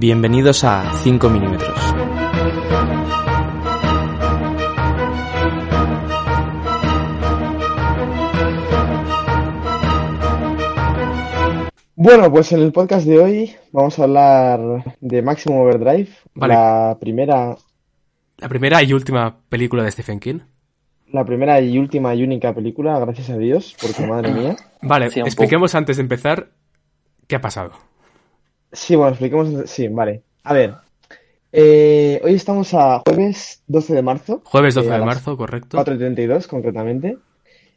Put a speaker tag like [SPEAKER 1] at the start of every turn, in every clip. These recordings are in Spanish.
[SPEAKER 1] Bienvenidos a 5 milímetros.
[SPEAKER 2] Bueno, pues en el podcast de hoy vamos a hablar de Maximum Overdrive,
[SPEAKER 3] Vale.
[SPEAKER 2] la primera,
[SPEAKER 3] La primera y última película de Stephen King.
[SPEAKER 2] la primera y última y única película, gracias a Dios, porque madre mía.
[SPEAKER 3] Vale,
[SPEAKER 4] Sí, un
[SPEAKER 3] expliquemos antes de empezar qué ha pasado.
[SPEAKER 2] Sí, bueno, expliquemos. Sí, vale. A ver, eh, hoy estamos a jueves 12 de marzo,
[SPEAKER 3] Jueves
[SPEAKER 2] Sí,
[SPEAKER 3] 12
[SPEAKER 2] a
[SPEAKER 3] de
[SPEAKER 2] las
[SPEAKER 3] marzo, correcto.
[SPEAKER 2] 4.32 concretamente,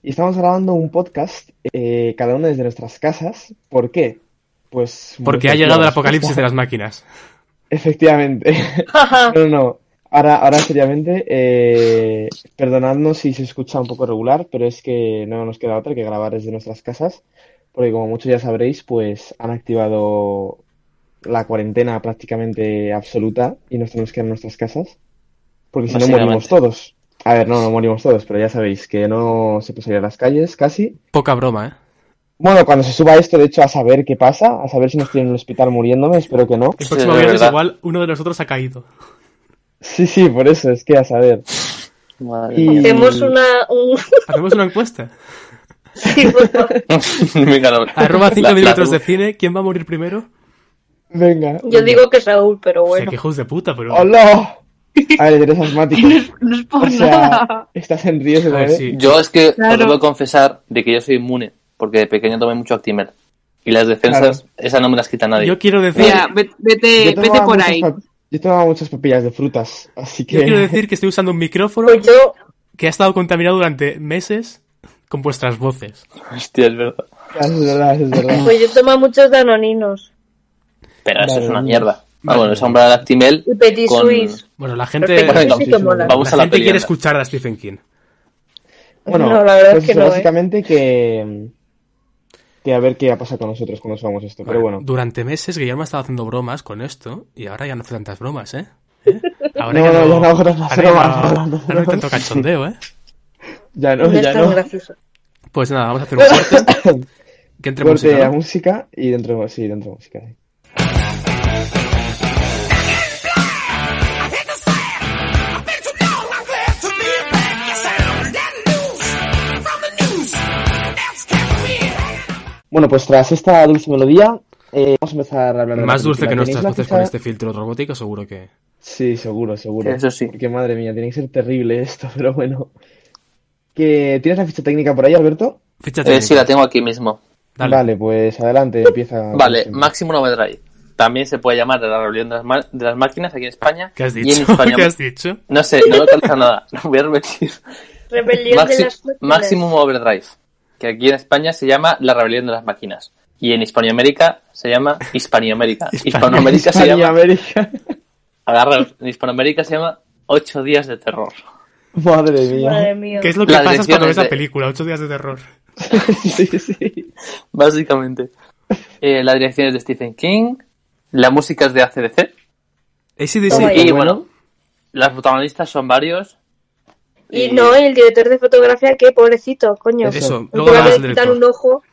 [SPEAKER 2] y estamos grabando un podcast, eh, cada uno desde nuestras casas. ¿Por qué? Pues
[SPEAKER 3] Porque
[SPEAKER 2] muy
[SPEAKER 3] ha llegado el
[SPEAKER 2] sencillo.
[SPEAKER 3] apocalipsis de las máquinas.
[SPEAKER 2] Efectivamente. No, no, no. Ahora, ahora seriamente, eh, perdonadnos si se escucha un poco regular, pero es que no nos queda otra que grabar desde nuestras casas, porque como muchos ya sabréis, pues han activado la cuarentena prácticamente absoluta y nos tenemos que ir a nuestras casas, porque si no
[SPEAKER 4] Básicamente.
[SPEAKER 2] morimos todos. A ver, no, no morimos todos, pero ya sabéis que no se puede salir a las calles casi.
[SPEAKER 3] Poca broma, ¿eh?
[SPEAKER 2] Bueno, cuando se suba esto, de hecho, a saber qué pasa, a saber si nos tienen en el hospital muriéndome, espero que no.
[SPEAKER 3] El
[SPEAKER 4] Sí,
[SPEAKER 3] próximo
[SPEAKER 4] de
[SPEAKER 3] viernes
[SPEAKER 4] verdad.
[SPEAKER 3] igual uno de nosotros ha caído.
[SPEAKER 2] Sí, sí, por eso, es que a saber.
[SPEAKER 4] Madre
[SPEAKER 2] Y-
[SPEAKER 4] mía.
[SPEAKER 5] Hacemos una. Un...
[SPEAKER 3] Hacemos una encuesta.
[SPEAKER 5] Sí, por favor.
[SPEAKER 4] Venga, la-
[SPEAKER 3] Arroba 5
[SPEAKER 4] la- la
[SPEAKER 3] milímetros de
[SPEAKER 4] duda.
[SPEAKER 3] cine. ¿Quién va a morir primero?
[SPEAKER 2] Venga.
[SPEAKER 5] Yo digo que Saúl, pero
[SPEAKER 3] O sea,
[SPEAKER 5] bueno.
[SPEAKER 3] que hijos de puta, pero...
[SPEAKER 2] ¡Hola! A ver, eres asmático.
[SPEAKER 5] No es
[SPEAKER 2] O
[SPEAKER 5] por
[SPEAKER 2] sea, estás en riesgo,
[SPEAKER 3] A ver,
[SPEAKER 2] ¿eh?
[SPEAKER 3] sí.
[SPEAKER 4] Yo es que
[SPEAKER 5] Claro.
[SPEAKER 4] os debo confesar de que yo soy inmune, porque de pequeño tomé mucho Actimel. Y las defensas, esas no me las quita nadie.
[SPEAKER 3] Yo quiero decir...
[SPEAKER 6] Mira, ve- vete,
[SPEAKER 5] Eh,
[SPEAKER 2] Yo tomaba
[SPEAKER 6] vete por
[SPEAKER 2] muchas
[SPEAKER 6] ahí.
[SPEAKER 2] pap- Yo tomaba muchas papillas de frutas, así
[SPEAKER 3] Yo quiero
[SPEAKER 2] que...
[SPEAKER 3] decir que estoy usando un micrófono
[SPEAKER 5] Pues yo.
[SPEAKER 3] que ha estado contaminado durante meses con vuestras voces.
[SPEAKER 4] Hostia, es verdad.
[SPEAKER 2] Es verdad, es verdad.
[SPEAKER 5] Pues yo tomo muchos danoninos
[SPEAKER 4] Pero eso
[SPEAKER 2] Vale,
[SPEAKER 4] es una
[SPEAKER 2] vale.
[SPEAKER 4] mierda. Ah,
[SPEAKER 3] Vale.
[SPEAKER 4] bueno, esa hombrada de Actimel.
[SPEAKER 5] y Petit
[SPEAKER 4] Con-
[SPEAKER 5] Suisse.
[SPEAKER 3] Bueno, la gente...
[SPEAKER 5] Perfecto,
[SPEAKER 4] Bueno,
[SPEAKER 5] sí que
[SPEAKER 2] sí,
[SPEAKER 5] mola.
[SPEAKER 4] vamos. a la
[SPEAKER 3] la gente quiere
[SPEAKER 4] pelienda.
[SPEAKER 3] escuchar a Stephen King.
[SPEAKER 2] Bueno,
[SPEAKER 5] No, la verdad
[SPEAKER 2] pues
[SPEAKER 5] es que
[SPEAKER 2] eso,
[SPEAKER 5] no, ¿eh?
[SPEAKER 2] básicamente que... Que a ver qué pasa con nosotros cuando subamos esto, pero bueno.
[SPEAKER 3] Durante meses Guillermo ha estado haciendo bromas con esto y ahora ya no hace tantas bromas, ¿eh? ¿Eh? Ahora
[SPEAKER 2] No,
[SPEAKER 3] ya
[SPEAKER 2] no,
[SPEAKER 3] no,
[SPEAKER 2] ya no hago tantas
[SPEAKER 3] ahora ya
[SPEAKER 2] bromas,
[SPEAKER 3] no-
[SPEAKER 2] no, no,
[SPEAKER 3] ahora no hay tanto cachondeo, ¿eh?
[SPEAKER 2] Ya no,
[SPEAKER 5] No es
[SPEAKER 2] ya
[SPEAKER 5] tan
[SPEAKER 2] no.
[SPEAKER 5] gracioso.
[SPEAKER 3] Pues nada, vamos a hacer un corte que entre
[SPEAKER 2] Corte
[SPEAKER 3] música,
[SPEAKER 2] a
[SPEAKER 3] ¿no?
[SPEAKER 2] música y dentro... Sí, dentro de música. sí. Bueno, pues tras esta dulce melodía, eh, vamos a empezar a hablar de la
[SPEAKER 3] Más dulce
[SPEAKER 2] película.
[SPEAKER 3] que nuestras
[SPEAKER 2] ¿Tenéis la
[SPEAKER 3] voces con
[SPEAKER 2] ficha?
[SPEAKER 3] este filtro robótico, seguro que...
[SPEAKER 2] Sí, seguro, seguro.
[SPEAKER 4] Eso sí.
[SPEAKER 2] Porque madre mía, tiene que ser terrible esto, pero bueno. Que ¿Tienes la ficha técnica por ahí, Alberto?
[SPEAKER 3] Ficha
[SPEAKER 4] Eh, sí,
[SPEAKER 3] técnica.
[SPEAKER 4] la tengo aquí mismo.
[SPEAKER 3] Dale.
[SPEAKER 2] Vale, pues adelante, empieza.
[SPEAKER 4] Vale,
[SPEAKER 2] Siempre.
[SPEAKER 4] Máximo Overdrive. También se puede llamar de la rebelión de las, ma- de las máquinas aquí en España.
[SPEAKER 3] ¿Qué has
[SPEAKER 4] Y en
[SPEAKER 3] dicho?
[SPEAKER 4] España-
[SPEAKER 3] ¿Qué has dicho?
[SPEAKER 4] No sé, no localiza nada. Lo voy a repetir.
[SPEAKER 5] Rebelión de
[SPEAKER 4] Maxi-
[SPEAKER 5] las máquinas.
[SPEAKER 4] Maximum Overdrive, que aquí en España se llama La Rebelión de las Máquinas. Y en Hispanoamérica se llama Hispanoamérica. Hispanoamérica se llama.
[SPEAKER 2] Hispanoamérica.
[SPEAKER 4] Agarraos, en Hispanoamérica se llama Ocho Días de Terror.
[SPEAKER 2] Madre
[SPEAKER 5] Madre
[SPEAKER 2] mía.
[SPEAKER 5] mía.
[SPEAKER 3] ¿Qué es lo que
[SPEAKER 4] La
[SPEAKER 3] pasa
[SPEAKER 4] dirección
[SPEAKER 3] cuando
[SPEAKER 4] es
[SPEAKER 3] ves la
[SPEAKER 4] de-
[SPEAKER 3] película? Ocho días de terror.
[SPEAKER 2] sí, sí.
[SPEAKER 4] Básicamente. Eh, la dirección es de Stephen King. La música es de ACDC.
[SPEAKER 3] ACDC.
[SPEAKER 5] Toma
[SPEAKER 4] y
[SPEAKER 5] ya.
[SPEAKER 4] bueno, las protagonistas son varios.
[SPEAKER 5] Y no, el director de fotografía, qué pobrecito, coño.
[SPEAKER 2] pues Eso.
[SPEAKER 3] Eso,
[SPEAKER 5] Un
[SPEAKER 3] luego
[SPEAKER 5] poco
[SPEAKER 3] hablamos
[SPEAKER 5] le
[SPEAKER 3] del
[SPEAKER 5] quitan un
[SPEAKER 3] director.
[SPEAKER 5] ojo.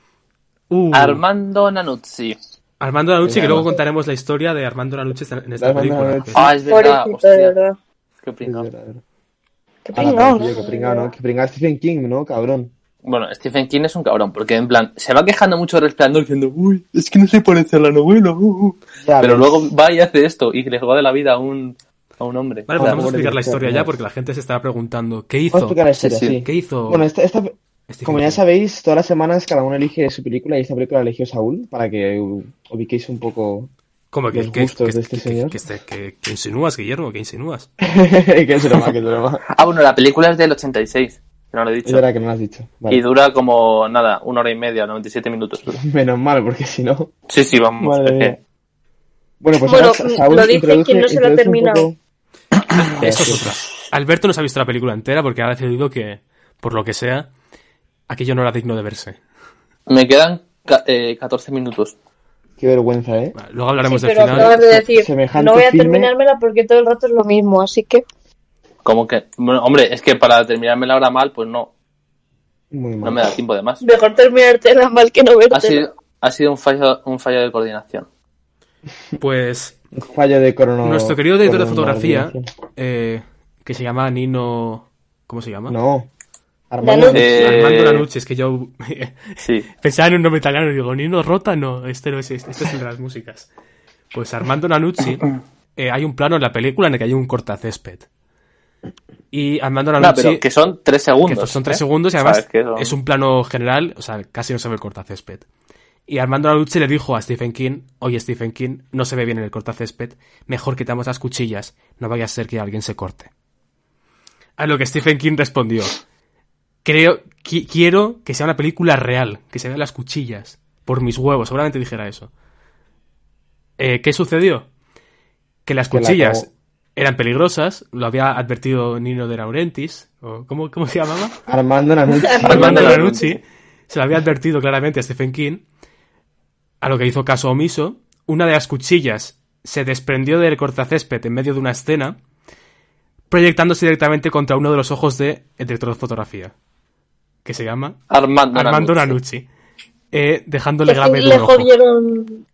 [SPEAKER 3] Uh,
[SPEAKER 4] Armando Nanuzzi.
[SPEAKER 3] Armando Lanucci, que
[SPEAKER 2] Claro.
[SPEAKER 3] luego contaremos la historia de Armando Lanucci en esta
[SPEAKER 2] Armando
[SPEAKER 3] película.
[SPEAKER 2] Lanucci.
[SPEAKER 4] Ah, es verdad.
[SPEAKER 5] Pobrecito, de
[SPEAKER 4] Hostia,
[SPEAKER 5] verdad.
[SPEAKER 4] qué pringao.
[SPEAKER 5] Qué
[SPEAKER 2] Ah, pero,
[SPEAKER 5] pringao,
[SPEAKER 2] tío,
[SPEAKER 5] ¿no?
[SPEAKER 2] que pringao, ¿no? Que pringao Stephen King, ¿no? Cabrón.
[SPEAKER 4] Bueno, Stephen King es un cabrón, porque en plan, se va quejando mucho del resplandor diciendo, uy, es que no se parece a la novela. uh, uh".
[SPEAKER 2] Ya pues,
[SPEAKER 4] Pero
[SPEAKER 2] ves.
[SPEAKER 4] luego va y hace esto y le juega de la vida a un, a un hombre.
[SPEAKER 3] Vale,
[SPEAKER 2] Ah,
[SPEAKER 3] pues vamos a
[SPEAKER 2] pobre
[SPEAKER 3] explicar la
[SPEAKER 2] director,
[SPEAKER 3] historia
[SPEAKER 2] claro.
[SPEAKER 3] ya porque la gente se estará preguntando ¿qué
[SPEAKER 2] Vamos a
[SPEAKER 3] hizo?
[SPEAKER 2] explicar la historia,
[SPEAKER 4] Sí, sí.
[SPEAKER 2] sí.
[SPEAKER 3] ¿Qué hizo? este
[SPEAKER 2] Bueno, esta, esta,
[SPEAKER 3] Stephen
[SPEAKER 2] como ya
[SPEAKER 3] King?
[SPEAKER 2] sabéis, todas las semanas cada uno elige su película y esta película la eligió Saúl para que uh, ubiquéis un poco
[SPEAKER 3] ¿Cómo que,
[SPEAKER 2] los
[SPEAKER 3] que,
[SPEAKER 2] gustos
[SPEAKER 3] que-
[SPEAKER 2] de este
[SPEAKER 3] que-
[SPEAKER 2] señor.
[SPEAKER 3] que- que- que- que insinúas, Guillermo? ¿Qué insinúas?
[SPEAKER 2] que es broma, que es broma.
[SPEAKER 4] Ah, bueno, la película es del 86, que no lo he
[SPEAKER 2] Es
[SPEAKER 4] dicho.
[SPEAKER 2] verdad que no lo has dicho. Vale.
[SPEAKER 4] Y dura como, nada, una hora y media, 97 minutos.
[SPEAKER 2] Menos mal, porque si no.
[SPEAKER 4] Sí, sí, vamos.
[SPEAKER 2] Madre
[SPEAKER 4] es
[SPEAKER 2] mía.
[SPEAKER 4] que-
[SPEAKER 2] Bueno, pues
[SPEAKER 5] Bueno,
[SPEAKER 2] ahora
[SPEAKER 5] mm,
[SPEAKER 2] Saúl
[SPEAKER 5] lo dice
[SPEAKER 2] introduce-
[SPEAKER 5] quien no se lo
[SPEAKER 2] introduce
[SPEAKER 5] ha
[SPEAKER 2] un
[SPEAKER 5] terminado.
[SPEAKER 2] poco-
[SPEAKER 3] Eso es
[SPEAKER 2] sí.
[SPEAKER 3] otra. Alberto no se ha visto la película entera porque ha decidido que, por lo que sea, aquello no era digno de verse.
[SPEAKER 4] Me quedan ca- eh, 14 minutos.
[SPEAKER 2] Qué vergüenza, ¿eh?
[SPEAKER 3] Vale, Luego hablaremos
[SPEAKER 5] Sí,
[SPEAKER 3] del
[SPEAKER 5] pero
[SPEAKER 3] final.
[SPEAKER 5] acabas de decir,
[SPEAKER 2] Semejante
[SPEAKER 5] no voy a
[SPEAKER 2] filme.
[SPEAKER 5] terminármela porque todo el rato es lo mismo, así que.
[SPEAKER 4] Como que, bueno, hombre, es que para terminarme la hora mal, pues no,
[SPEAKER 2] Muy mal.
[SPEAKER 4] no me da tiempo de más.
[SPEAKER 5] Mejor terminártela mal que no
[SPEAKER 4] Ha
[SPEAKER 5] verte.
[SPEAKER 4] sido, ha sido un fallo, un fallo de coordinación.
[SPEAKER 3] Pues
[SPEAKER 2] Un fallo de crono...
[SPEAKER 3] Nuestro querido director de fotografía,
[SPEAKER 2] cronomarginación.
[SPEAKER 3] eh, que se llama Nino... ¿Cómo se llama?
[SPEAKER 2] No. Armando.
[SPEAKER 5] Lanús.
[SPEAKER 4] Eh,
[SPEAKER 3] Armando Lanucci, es que yo
[SPEAKER 4] Sí.
[SPEAKER 3] pensaba en un nombre italiano y digo, Nino Rota, no, este no es, este es el de las músicas. Pues Armando Lanucci, eh, hay un plano en la película en el que hay un cortacésped. Y Armando
[SPEAKER 4] No,
[SPEAKER 3] Lanucci...
[SPEAKER 4] pero que son tres segundos.
[SPEAKER 3] Que pues son tres
[SPEAKER 4] ¿eh?
[SPEAKER 3] segundos y
[SPEAKER 4] Sabes
[SPEAKER 3] además
[SPEAKER 4] que son-
[SPEAKER 3] es un plano general, o sea, casi no se ve el cortacésped. Y Armando Lanucci le dijo a Stephen King, oye Stephen King, no se ve bien en el cortacésped, mejor quitamos las cuchillas, no vaya a ser que alguien se corte. A lo que Stephen King respondió, creo, qui- quiero que sea una película real, que se vean las cuchillas, por mis huevos, seguramente dijera eso. Eh, ¿Qué sucedió? Que las
[SPEAKER 2] Que la
[SPEAKER 3] cuchillas
[SPEAKER 2] acabó.
[SPEAKER 3] eran peligrosas, lo había advertido Nino de Laurentis, o ¿cómo, cómo se llamaba?
[SPEAKER 2] Armando Lanucci.
[SPEAKER 3] Armando
[SPEAKER 4] Armando
[SPEAKER 3] Lanucci se lo había advertido claramente a Stephen King, a lo que hizo caso omiso. Una de las cuchillas se desprendió del cortacésped en medio de una escena, proyectándose directamente contra uno de los ojos del el director de fotografía, que se llama
[SPEAKER 4] Armando,
[SPEAKER 3] Armando
[SPEAKER 4] Lanucci.
[SPEAKER 3] Lanucci, eh, dejándole
[SPEAKER 5] Es que
[SPEAKER 3] grave de
[SPEAKER 5] le
[SPEAKER 3] un ojo,
[SPEAKER 5] jodieron.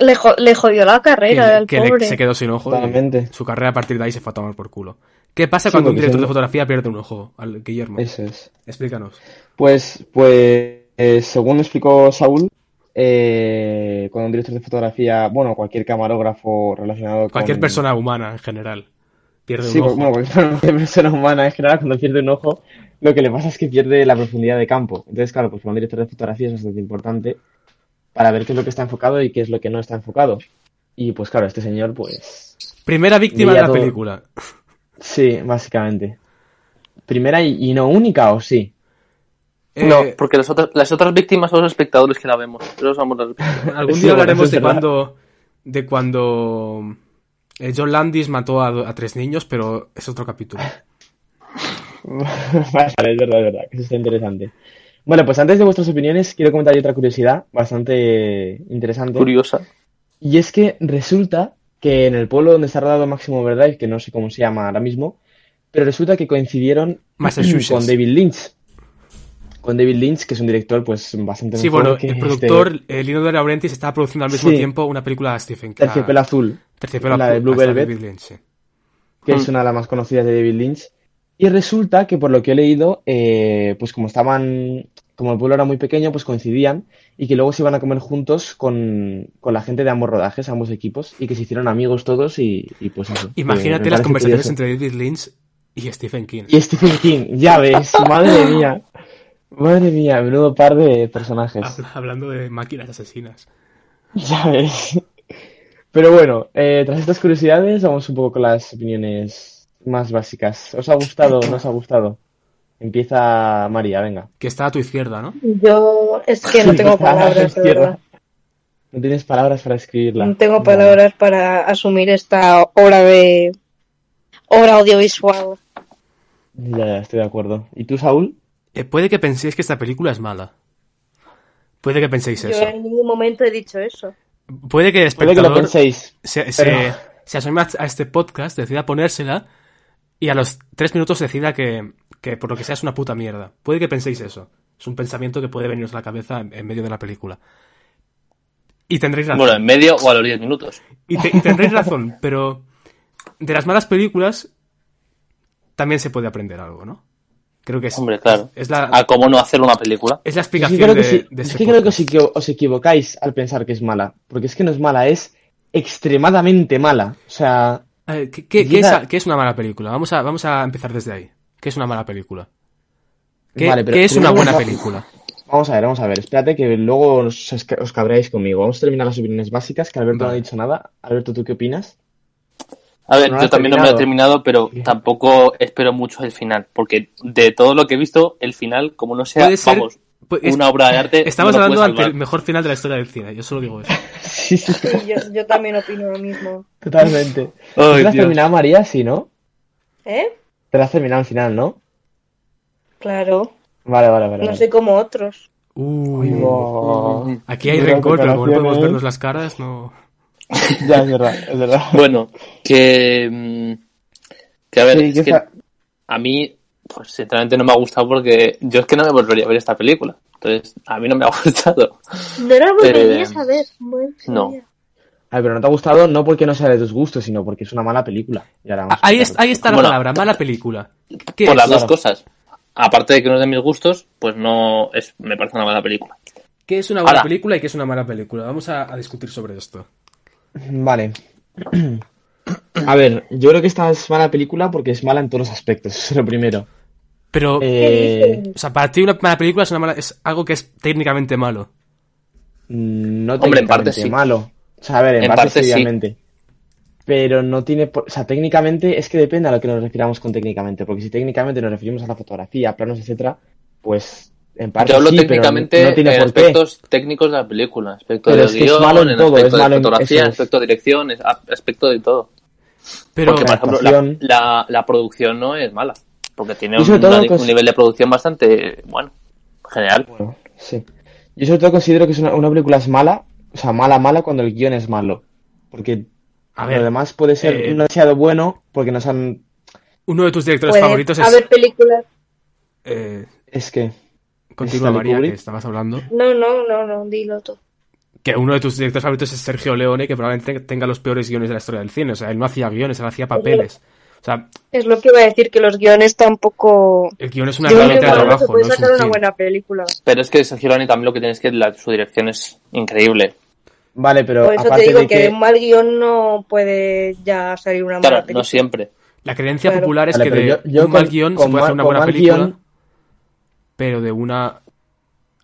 [SPEAKER 5] Le, jo- le jodió la
[SPEAKER 3] que,
[SPEAKER 5] carrera al
[SPEAKER 3] que le-
[SPEAKER 5] pobre.
[SPEAKER 3] se quedó sin ojo. y
[SPEAKER 2] Totalmente.
[SPEAKER 3] Su carrera a partir de ahí se fue a tomar por culo. ¿Qué pasa
[SPEAKER 2] Sí,
[SPEAKER 3] cuando un
[SPEAKER 2] porque
[SPEAKER 3] director
[SPEAKER 2] se-
[SPEAKER 3] de fotografía pierde un ojo, al- Guillermo?
[SPEAKER 2] Eso es.
[SPEAKER 3] Explícanos.
[SPEAKER 2] Pues, pues eh, según explicó Saúl, eh, cuando un director de fotografía, bueno, cualquier camarógrafo relacionado
[SPEAKER 3] Cualquier
[SPEAKER 2] con...
[SPEAKER 3] persona humana en general pierde
[SPEAKER 2] Sí, pues,
[SPEAKER 3] un ojo.
[SPEAKER 2] bueno, cualquier cualquier persona humana en general, cuando pierde un ojo, lo que le pasa es que pierde la profundidad de campo. Entonces, claro, pues para un director de fotografía es bastante importante para ver qué es lo que está enfocado y qué es lo que no está enfocado. Y pues claro, este señor, pues
[SPEAKER 3] Primera víctima de la
[SPEAKER 2] Liado.
[SPEAKER 3] película.
[SPEAKER 2] sí, básicamente. Primera y, y no única, ¿o sí?
[SPEAKER 3] Eh,
[SPEAKER 4] No, porque las otras, las otras víctimas son los espectadores que la vemos. Nosotros somos las víctimas.
[SPEAKER 3] Algún
[SPEAKER 2] Sí,
[SPEAKER 3] día
[SPEAKER 2] bueno,
[SPEAKER 3] hablaremos
[SPEAKER 2] eso
[SPEAKER 3] de
[SPEAKER 2] es verdad.
[SPEAKER 3] cuando, de cuando eh, John Landis mató a, do- a tres niños, pero es otro capítulo.
[SPEAKER 2] Vale, es verdad, es verdad, que eso está interesante. Bueno, pues antes de vuestras opiniones, quiero comentar yo otra curiosidad bastante interesante.
[SPEAKER 4] Curiosa.
[SPEAKER 2] Y es que resulta que en el pueblo donde está rodado Máximo Overdrive, que no sé cómo se llama ahora mismo, pero resulta que coincidieron
[SPEAKER 3] Massachusetts.
[SPEAKER 2] con David Lynch. Con David Lynch, que es un director pues bastante
[SPEAKER 3] Sí,
[SPEAKER 2] mejor
[SPEAKER 3] bueno,
[SPEAKER 2] que
[SPEAKER 3] el
[SPEAKER 2] este
[SPEAKER 3] productor eh, Lino de Laurentiis estaba produciendo al mismo
[SPEAKER 2] Sí.
[SPEAKER 3] tiempo una película de Stephen King.
[SPEAKER 2] Terciopelo Azul,
[SPEAKER 3] Terciopelo
[SPEAKER 2] la de
[SPEAKER 3] azul,
[SPEAKER 2] Blue
[SPEAKER 3] hasta
[SPEAKER 2] Velvet.
[SPEAKER 3] David Lynch, sí.
[SPEAKER 2] que
[SPEAKER 4] Mm.
[SPEAKER 2] es una de las más conocidas de David Lynch. Y resulta que por lo que he leído, eh, pues como estaban, como el pueblo era muy pequeño, pues coincidían y que luego se iban a comer juntos con, con la gente de ambos rodajes, ambos equipos, y que se hicieron amigos todos y, y pues eso. que
[SPEAKER 3] Imagínate
[SPEAKER 2] me
[SPEAKER 3] las
[SPEAKER 2] parece
[SPEAKER 3] conversaciones
[SPEAKER 2] curioso.
[SPEAKER 3] entre David Lynch y Stephen King.
[SPEAKER 2] Y Stephen King, ya ves, madre mía. Madre mía, menudo par de personajes.
[SPEAKER 3] Habla- Hablando de máquinas asesinas.
[SPEAKER 2] Ya ves. Pero bueno, eh, tras estas curiosidades, vamos un poco con las opiniones más básicas. ¿Os ha gustado o no os ha gustado? Empieza María, venga.
[SPEAKER 3] Que está a tu izquierda, ¿no?
[SPEAKER 5] Yo es que no tengo palabras, de verdad.
[SPEAKER 2] No tienes palabras para escribirla.
[SPEAKER 5] No tengo
[SPEAKER 2] Vale.
[SPEAKER 5] palabras para asumir esta obra de obra audiovisual.
[SPEAKER 2] Ya, ya, estoy de acuerdo. ¿Y tú, Saúl?
[SPEAKER 3] Eh, puede que penséis que esta película es mala. Puede que penséis
[SPEAKER 5] Yo
[SPEAKER 3] eso.
[SPEAKER 5] en ningún momento he dicho eso.
[SPEAKER 3] Puede que el
[SPEAKER 2] Puede que lo
[SPEAKER 3] espectador
[SPEAKER 2] penséis.
[SPEAKER 3] se, se,
[SPEAKER 2] Pero-
[SPEAKER 3] se asome a a este podcast, decida ponérsela y a los tres minutos decida que, que por lo que sea es una puta mierda. Puede que penséis eso. Es un pensamiento que puede veniros a la cabeza en, en medio de la película. Y tendréis razón.
[SPEAKER 4] Bueno, en medio o a los 10 minutos.
[SPEAKER 3] Y, te- y tendréis razón, pero de las malas películas también se puede aprender algo, ¿no? Creo que es,
[SPEAKER 4] Hombre, claro. Ah,
[SPEAKER 3] es la,
[SPEAKER 4] A cómo no hacer una película.
[SPEAKER 3] es la
[SPEAKER 2] Yo sí
[SPEAKER 3] explicación
[SPEAKER 2] creo
[SPEAKER 3] de,
[SPEAKER 2] que sí-
[SPEAKER 3] de
[SPEAKER 2] es
[SPEAKER 3] este
[SPEAKER 2] que creo que
[SPEAKER 3] podcast.
[SPEAKER 2] os, equivo- os equivocáis al pensar que es mala. Porque es que no es mala, es extremadamente mala. O sea,
[SPEAKER 3] A ver, ¿qué, qué- qué
[SPEAKER 2] Llega-
[SPEAKER 3] es, qué es una mala película? Vamos a, vamos a empezar desde ahí. ¿Qué es una mala película? ¿Qué,
[SPEAKER 2] Vale, pero
[SPEAKER 3] qué es una
[SPEAKER 2] primero
[SPEAKER 3] buena
[SPEAKER 2] va-
[SPEAKER 3] película?
[SPEAKER 2] vamos a ver, vamos a ver. Espérate que luego os, os ca- os cabreáis conmigo. Vamos a terminar las opiniones básicas, que Alberto no
[SPEAKER 3] Vale.
[SPEAKER 2] ha dicho nada. Alberto, ¿tú qué opinas?
[SPEAKER 4] A ver,
[SPEAKER 2] No lo
[SPEAKER 4] yo
[SPEAKER 2] has
[SPEAKER 4] también no me lo he terminado, pero
[SPEAKER 2] Bien.
[SPEAKER 4] tampoco espero mucho el final, porque de todo lo que he visto, el final, como no sea,
[SPEAKER 3] Puede ser-
[SPEAKER 4] vamos,
[SPEAKER 3] Pu- Pues, es-
[SPEAKER 4] una obra de arte.
[SPEAKER 3] Estamos
[SPEAKER 4] no lo
[SPEAKER 3] hablando
[SPEAKER 4] puedes
[SPEAKER 3] ante el
[SPEAKER 4] salvar.
[SPEAKER 3] mejor final de la historia del cine. Yo solo digo eso.
[SPEAKER 2] Sí, sí,
[SPEAKER 5] Sí, yo, yo también opino lo mismo.
[SPEAKER 2] totalmente. ¿Tú
[SPEAKER 4] Ay,
[SPEAKER 2] te la has
[SPEAKER 4] Dios.
[SPEAKER 2] terminado, María? Sí, ¿no?
[SPEAKER 5] ¿Eh?
[SPEAKER 2] Te la has terminado al final, ¿no?
[SPEAKER 5] Claro.
[SPEAKER 2] Vale, vale, vale.
[SPEAKER 5] No
[SPEAKER 2] vale.
[SPEAKER 5] soy como otros.
[SPEAKER 3] Uh,
[SPEAKER 2] Uy,
[SPEAKER 4] Oh.
[SPEAKER 2] wow.
[SPEAKER 3] aquí hay
[SPEAKER 2] Yo
[SPEAKER 3] rencor,
[SPEAKER 2] creo que
[SPEAKER 3] pero como no podemos
[SPEAKER 2] relaciones-
[SPEAKER 3] vernos las caras, no.
[SPEAKER 2] Ya, es verdad, es verdad.
[SPEAKER 4] Bueno, que. mm, Que a ver,
[SPEAKER 2] Sí,
[SPEAKER 4] es
[SPEAKER 2] yo
[SPEAKER 4] que
[SPEAKER 2] esa-
[SPEAKER 4] a mí, pues sinceramente no me ha gustado porque yo es que no me volvería a ver esta película. Entonces, a mí no me ha gustado.
[SPEAKER 5] No la volverías
[SPEAKER 4] Eh,
[SPEAKER 5] a ver. madre
[SPEAKER 4] no.
[SPEAKER 5] mía.
[SPEAKER 2] A ver, pero no te ha gustado no porque no sea de tus gustos, sino porque es una mala película. Y ahora vamos a
[SPEAKER 3] Ahí, es-
[SPEAKER 2] explicarlo.
[SPEAKER 3] ahí está la
[SPEAKER 4] Bueno.
[SPEAKER 3] palabra, mala película. ¿Qué
[SPEAKER 4] Por
[SPEAKER 3] es?
[SPEAKER 4] las dos
[SPEAKER 2] Claro.
[SPEAKER 4] cosas. Aparte de que no es de mis gustos, pues no es, me parece una mala película.
[SPEAKER 3] ¿Qué es una buena
[SPEAKER 4] Ahora.
[SPEAKER 3] película y qué es una mala película? Vamos a, a discutir sobre esto.
[SPEAKER 2] Vale. A ver, yo creo que esta es mala película porque es mala en todos los aspectos, eso es lo primero.
[SPEAKER 3] Pero,
[SPEAKER 2] Eh,
[SPEAKER 5] dices?
[SPEAKER 3] o sea, para ti una mala película es, una mala, es algo que es técnicamente malo.
[SPEAKER 2] No
[SPEAKER 4] Hombre, en parte
[SPEAKER 2] técnicamente
[SPEAKER 4] sí.
[SPEAKER 2] malo. O sea, a ver, en,
[SPEAKER 4] En
[SPEAKER 2] parte,
[SPEAKER 4] parte
[SPEAKER 2] sí,
[SPEAKER 4] sí.
[SPEAKER 2] obviamente. Pero no tiene... por- O sea, técnicamente es que depende a lo que nos refiramos con técnicamente. Porque si técnicamente nos referimos a la fotografía, a planos, etcétera, pues en parte
[SPEAKER 4] Yo hablo
[SPEAKER 2] sí, pero
[SPEAKER 4] técnicamente
[SPEAKER 2] no tiene
[SPEAKER 4] en
[SPEAKER 2] por qué.
[SPEAKER 4] aspectos técnicos de la película. Aspecto
[SPEAKER 2] Pero
[SPEAKER 4] de
[SPEAKER 2] es que es
[SPEAKER 4] guión,
[SPEAKER 2] malo en
[SPEAKER 4] en
[SPEAKER 2] todo,
[SPEAKER 4] aspecto
[SPEAKER 2] es
[SPEAKER 4] de
[SPEAKER 2] malo en-
[SPEAKER 4] fotografía,
[SPEAKER 2] eso es.
[SPEAKER 4] en aspecto de dirección, es- a- aspecto de todo.
[SPEAKER 3] Pero,
[SPEAKER 4] porque,
[SPEAKER 2] la
[SPEAKER 4] por ejemplo, la,
[SPEAKER 2] actuación.
[SPEAKER 4] la- la producción no es mala. Porque tiene
[SPEAKER 2] Y sobre
[SPEAKER 4] un,
[SPEAKER 2] todo
[SPEAKER 4] una-
[SPEAKER 2] que es-
[SPEAKER 4] un nivel de producción bastante, bueno, general.
[SPEAKER 2] Bueno, sí. Yo sobre todo considero que es una, una película es mala, o sea, mala, mala cuando el guión es malo. Porque
[SPEAKER 3] a
[SPEAKER 2] lo
[SPEAKER 3] ver,
[SPEAKER 2] demás puede ser
[SPEAKER 3] eh,
[SPEAKER 2] no demasiado bueno porque nos han...
[SPEAKER 3] uno de tus directores
[SPEAKER 5] Puede
[SPEAKER 3] favoritos es...
[SPEAKER 5] haber películas.
[SPEAKER 3] eh,
[SPEAKER 2] Es que...
[SPEAKER 3] continúa,
[SPEAKER 2] Stanley
[SPEAKER 3] María, que
[SPEAKER 2] Kubrick.
[SPEAKER 3] estabas hablando.
[SPEAKER 5] No, no, no, no, dilo tú.
[SPEAKER 3] Que uno de tus directores favoritos es Sergio Leone, que probablemente tenga los peores guiones de la historia del cine. O sea, él no hacía guiones, él hacía papeles. O sea,
[SPEAKER 5] Es lo que iba a decir, que los guiones tampoco...
[SPEAKER 3] el guión es una
[SPEAKER 5] Yo creo
[SPEAKER 3] herramienta
[SPEAKER 5] que
[SPEAKER 3] de
[SPEAKER 5] con eso
[SPEAKER 3] trabajo,
[SPEAKER 5] se
[SPEAKER 3] no
[SPEAKER 5] puede
[SPEAKER 3] es
[SPEAKER 5] sacar
[SPEAKER 3] un
[SPEAKER 5] una
[SPEAKER 3] fin.
[SPEAKER 5] buena película.
[SPEAKER 4] Pero es que Sergio Leone también lo que tienes que la- su dirección es increíble.
[SPEAKER 2] Vale, pero
[SPEAKER 5] Por eso te
[SPEAKER 2] aparte
[SPEAKER 5] digo
[SPEAKER 2] de
[SPEAKER 5] que...
[SPEAKER 2] que...
[SPEAKER 5] de un mal guión no puede ya salir una mala
[SPEAKER 4] Claro,
[SPEAKER 5] película.
[SPEAKER 4] no siempre.
[SPEAKER 3] La creencia
[SPEAKER 5] Claro.
[SPEAKER 3] popular es
[SPEAKER 2] Vale,
[SPEAKER 3] que
[SPEAKER 2] pero
[SPEAKER 3] de
[SPEAKER 2] yo- yo
[SPEAKER 3] un mal
[SPEAKER 2] con-
[SPEAKER 3] guión se
[SPEAKER 2] con
[SPEAKER 3] puede hacer
[SPEAKER 2] mal-
[SPEAKER 3] una
[SPEAKER 2] con
[SPEAKER 3] buena
[SPEAKER 2] mal
[SPEAKER 3] película,
[SPEAKER 2] guión-
[SPEAKER 3] pero de una...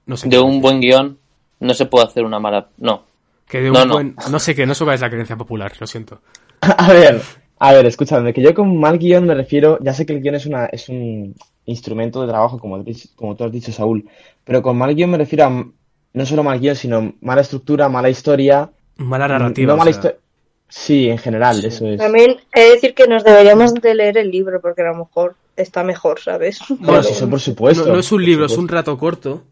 [SPEAKER 3] No sé
[SPEAKER 4] De
[SPEAKER 3] qué
[SPEAKER 4] un
[SPEAKER 3] decir.
[SPEAKER 4] buen guión no se puede hacer una mala... No.
[SPEAKER 3] Que de un
[SPEAKER 4] No, no.
[SPEAKER 3] buen... No sé qué, no sé cuál es la creencia popular, lo siento.
[SPEAKER 2] A ver, a ver, escúchame, que yo con mal guión me refiero, ya sé que el guión es una, es un instrumento de trabajo, como, dis- como tú has dicho, Saúl, pero con mal guión me refiero a m- no solo mal guión, sino mala estructura, mala historia,
[SPEAKER 3] Mala
[SPEAKER 2] m-
[SPEAKER 3] narrativa.
[SPEAKER 2] no
[SPEAKER 3] o
[SPEAKER 2] mala
[SPEAKER 3] sea,
[SPEAKER 2] histo- Sí, en general, eso es.
[SPEAKER 5] También he de decir que nos deberíamos de leer el libro, porque a lo mejor está mejor, ¿sabes?
[SPEAKER 2] Bueno,
[SPEAKER 3] Bueno,
[SPEAKER 2] sí, eso por
[SPEAKER 3] no,
[SPEAKER 2] supuesto.
[SPEAKER 3] no es un
[SPEAKER 2] por
[SPEAKER 3] libro, es un
[SPEAKER 2] supuesto.
[SPEAKER 3] rato corto,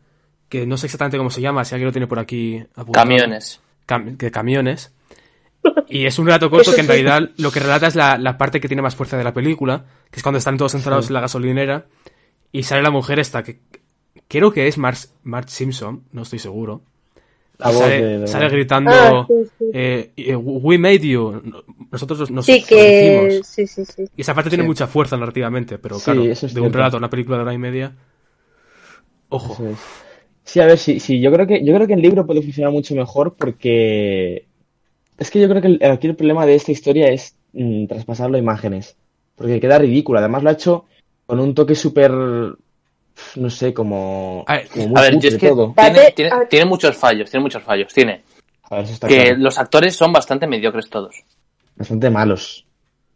[SPEAKER 3] que no sé exactamente cómo se llama, si alguien lo tiene por aquí apuntado.
[SPEAKER 4] Camiones.
[SPEAKER 3] Cam- que camiones. Y es un relato corto
[SPEAKER 5] Eso
[SPEAKER 3] que en
[SPEAKER 5] sí.
[SPEAKER 3] realidad lo que relata es la, la parte que tiene más fuerza de la película, que es cuando están todos encerrados en la gasolinera y sale la mujer esta, que creo que es Marge Marge Simpson, no estoy seguro.
[SPEAKER 2] La
[SPEAKER 3] Y
[SPEAKER 2] voz
[SPEAKER 3] sale,
[SPEAKER 2] de- de-
[SPEAKER 3] sale gritando,
[SPEAKER 5] Ah, sí, sí.
[SPEAKER 3] eh, eh, we made you, nosotros nos
[SPEAKER 5] sí,
[SPEAKER 3] nos
[SPEAKER 5] que...
[SPEAKER 3] hicimos.
[SPEAKER 5] Sí, sí, sí.
[SPEAKER 3] Y esa parte tiene
[SPEAKER 2] Sí.
[SPEAKER 3] mucha fuerza narrativamente, pero
[SPEAKER 2] Sí,
[SPEAKER 3] claro, de
[SPEAKER 2] eso es
[SPEAKER 3] un
[SPEAKER 2] cierto.
[SPEAKER 3] relato a una película de hora y media. Ojo,
[SPEAKER 2] Eso es. Sí, a ver, sí, sí, yo creo que, yo creo que el libro puede funcionar mucho mejor porque es que yo creo que el, aquí el problema de esta historia es mm, traspasarlo a imágenes, porque queda ridículo. Además lo ha hecho con un toque súper, pf, no sé, como,
[SPEAKER 3] A ver,
[SPEAKER 2] como
[SPEAKER 4] A
[SPEAKER 2] muy
[SPEAKER 4] ver, yo
[SPEAKER 2] cutre
[SPEAKER 4] es que
[SPEAKER 2] todo.
[SPEAKER 4] tiene,
[SPEAKER 5] Vale,
[SPEAKER 4] tiene-
[SPEAKER 5] a ver.
[SPEAKER 4] tiene muchos fallos, tiene muchos fallos. Tiene
[SPEAKER 2] A ver, eso está
[SPEAKER 4] que
[SPEAKER 2] claro.
[SPEAKER 4] los actores son bastante mediocres todos.
[SPEAKER 2] Bastante malos.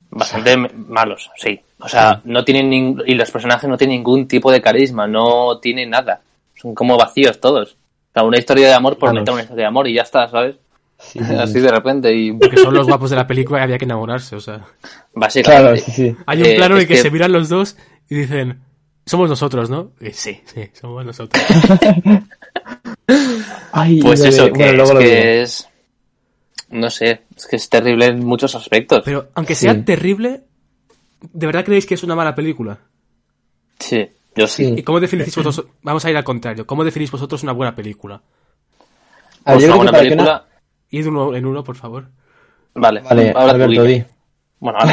[SPEAKER 4] Bastante me- malos, sí. O sea, no tienen nin- y los personajes no tienen ningún tipo de carisma, no tienen nada. Son como vacíos todos. O sea, una historia de amor por
[SPEAKER 2] Malos.
[SPEAKER 4] meter una historia de amor y ya está, ¿sabes?
[SPEAKER 2] Sí, sí, sí.
[SPEAKER 4] Así de repente y
[SPEAKER 3] que son los guapos de la película y había que enamorarse, o sea.
[SPEAKER 4] básicamente.
[SPEAKER 2] Claro, sí, sí.
[SPEAKER 3] Hay un
[SPEAKER 4] Eh,
[SPEAKER 3] plano en
[SPEAKER 4] es
[SPEAKER 3] el que,
[SPEAKER 4] que-
[SPEAKER 3] se miran los dos y dicen, somos nosotros, ¿no? Y sí, sí, somos nosotros.
[SPEAKER 2] Ay,
[SPEAKER 4] Pues
[SPEAKER 2] lo de-
[SPEAKER 4] eso, que,
[SPEAKER 2] bueno, luego
[SPEAKER 4] es,
[SPEAKER 2] lo
[SPEAKER 4] que
[SPEAKER 2] digo.
[SPEAKER 4] es- No sé, es que es terrible en muchos aspectos.
[SPEAKER 3] Pero aunque
[SPEAKER 2] Sí.
[SPEAKER 3] sea terrible, ¿de verdad creéis que es una mala película?
[SPEAKER 4] Sí, yo sí. Pues
[SPEAKER 2] Sí.
[SPEAKER 3] ¿Y cómo definís vosotros? Vamos a ir al contrario. ¿Cómo definís vosotros una buena película?
[SPEAKER 2] A ver,
[SPEAKER 4] Pues
[SPEAKER 2] yo creo
[SPEAKER 4] una
[SPEAKER 2] que
[SPEAKER 4] buena
[SPEAKER 2] para que
[SPEAKER 4] película.
[SPEAKER 3] Id uno en uno, por favor.
[SPEAKER 4] Vale,
[SPEAKER 2] no- Vale,
[SPEAKER 4] ahora tú,
[SPEAKER 2] Alberto,
[SPEAKER 4] Guille.
[SPEAKER 2] di.
[SPEAKER 4] Bueno, vale.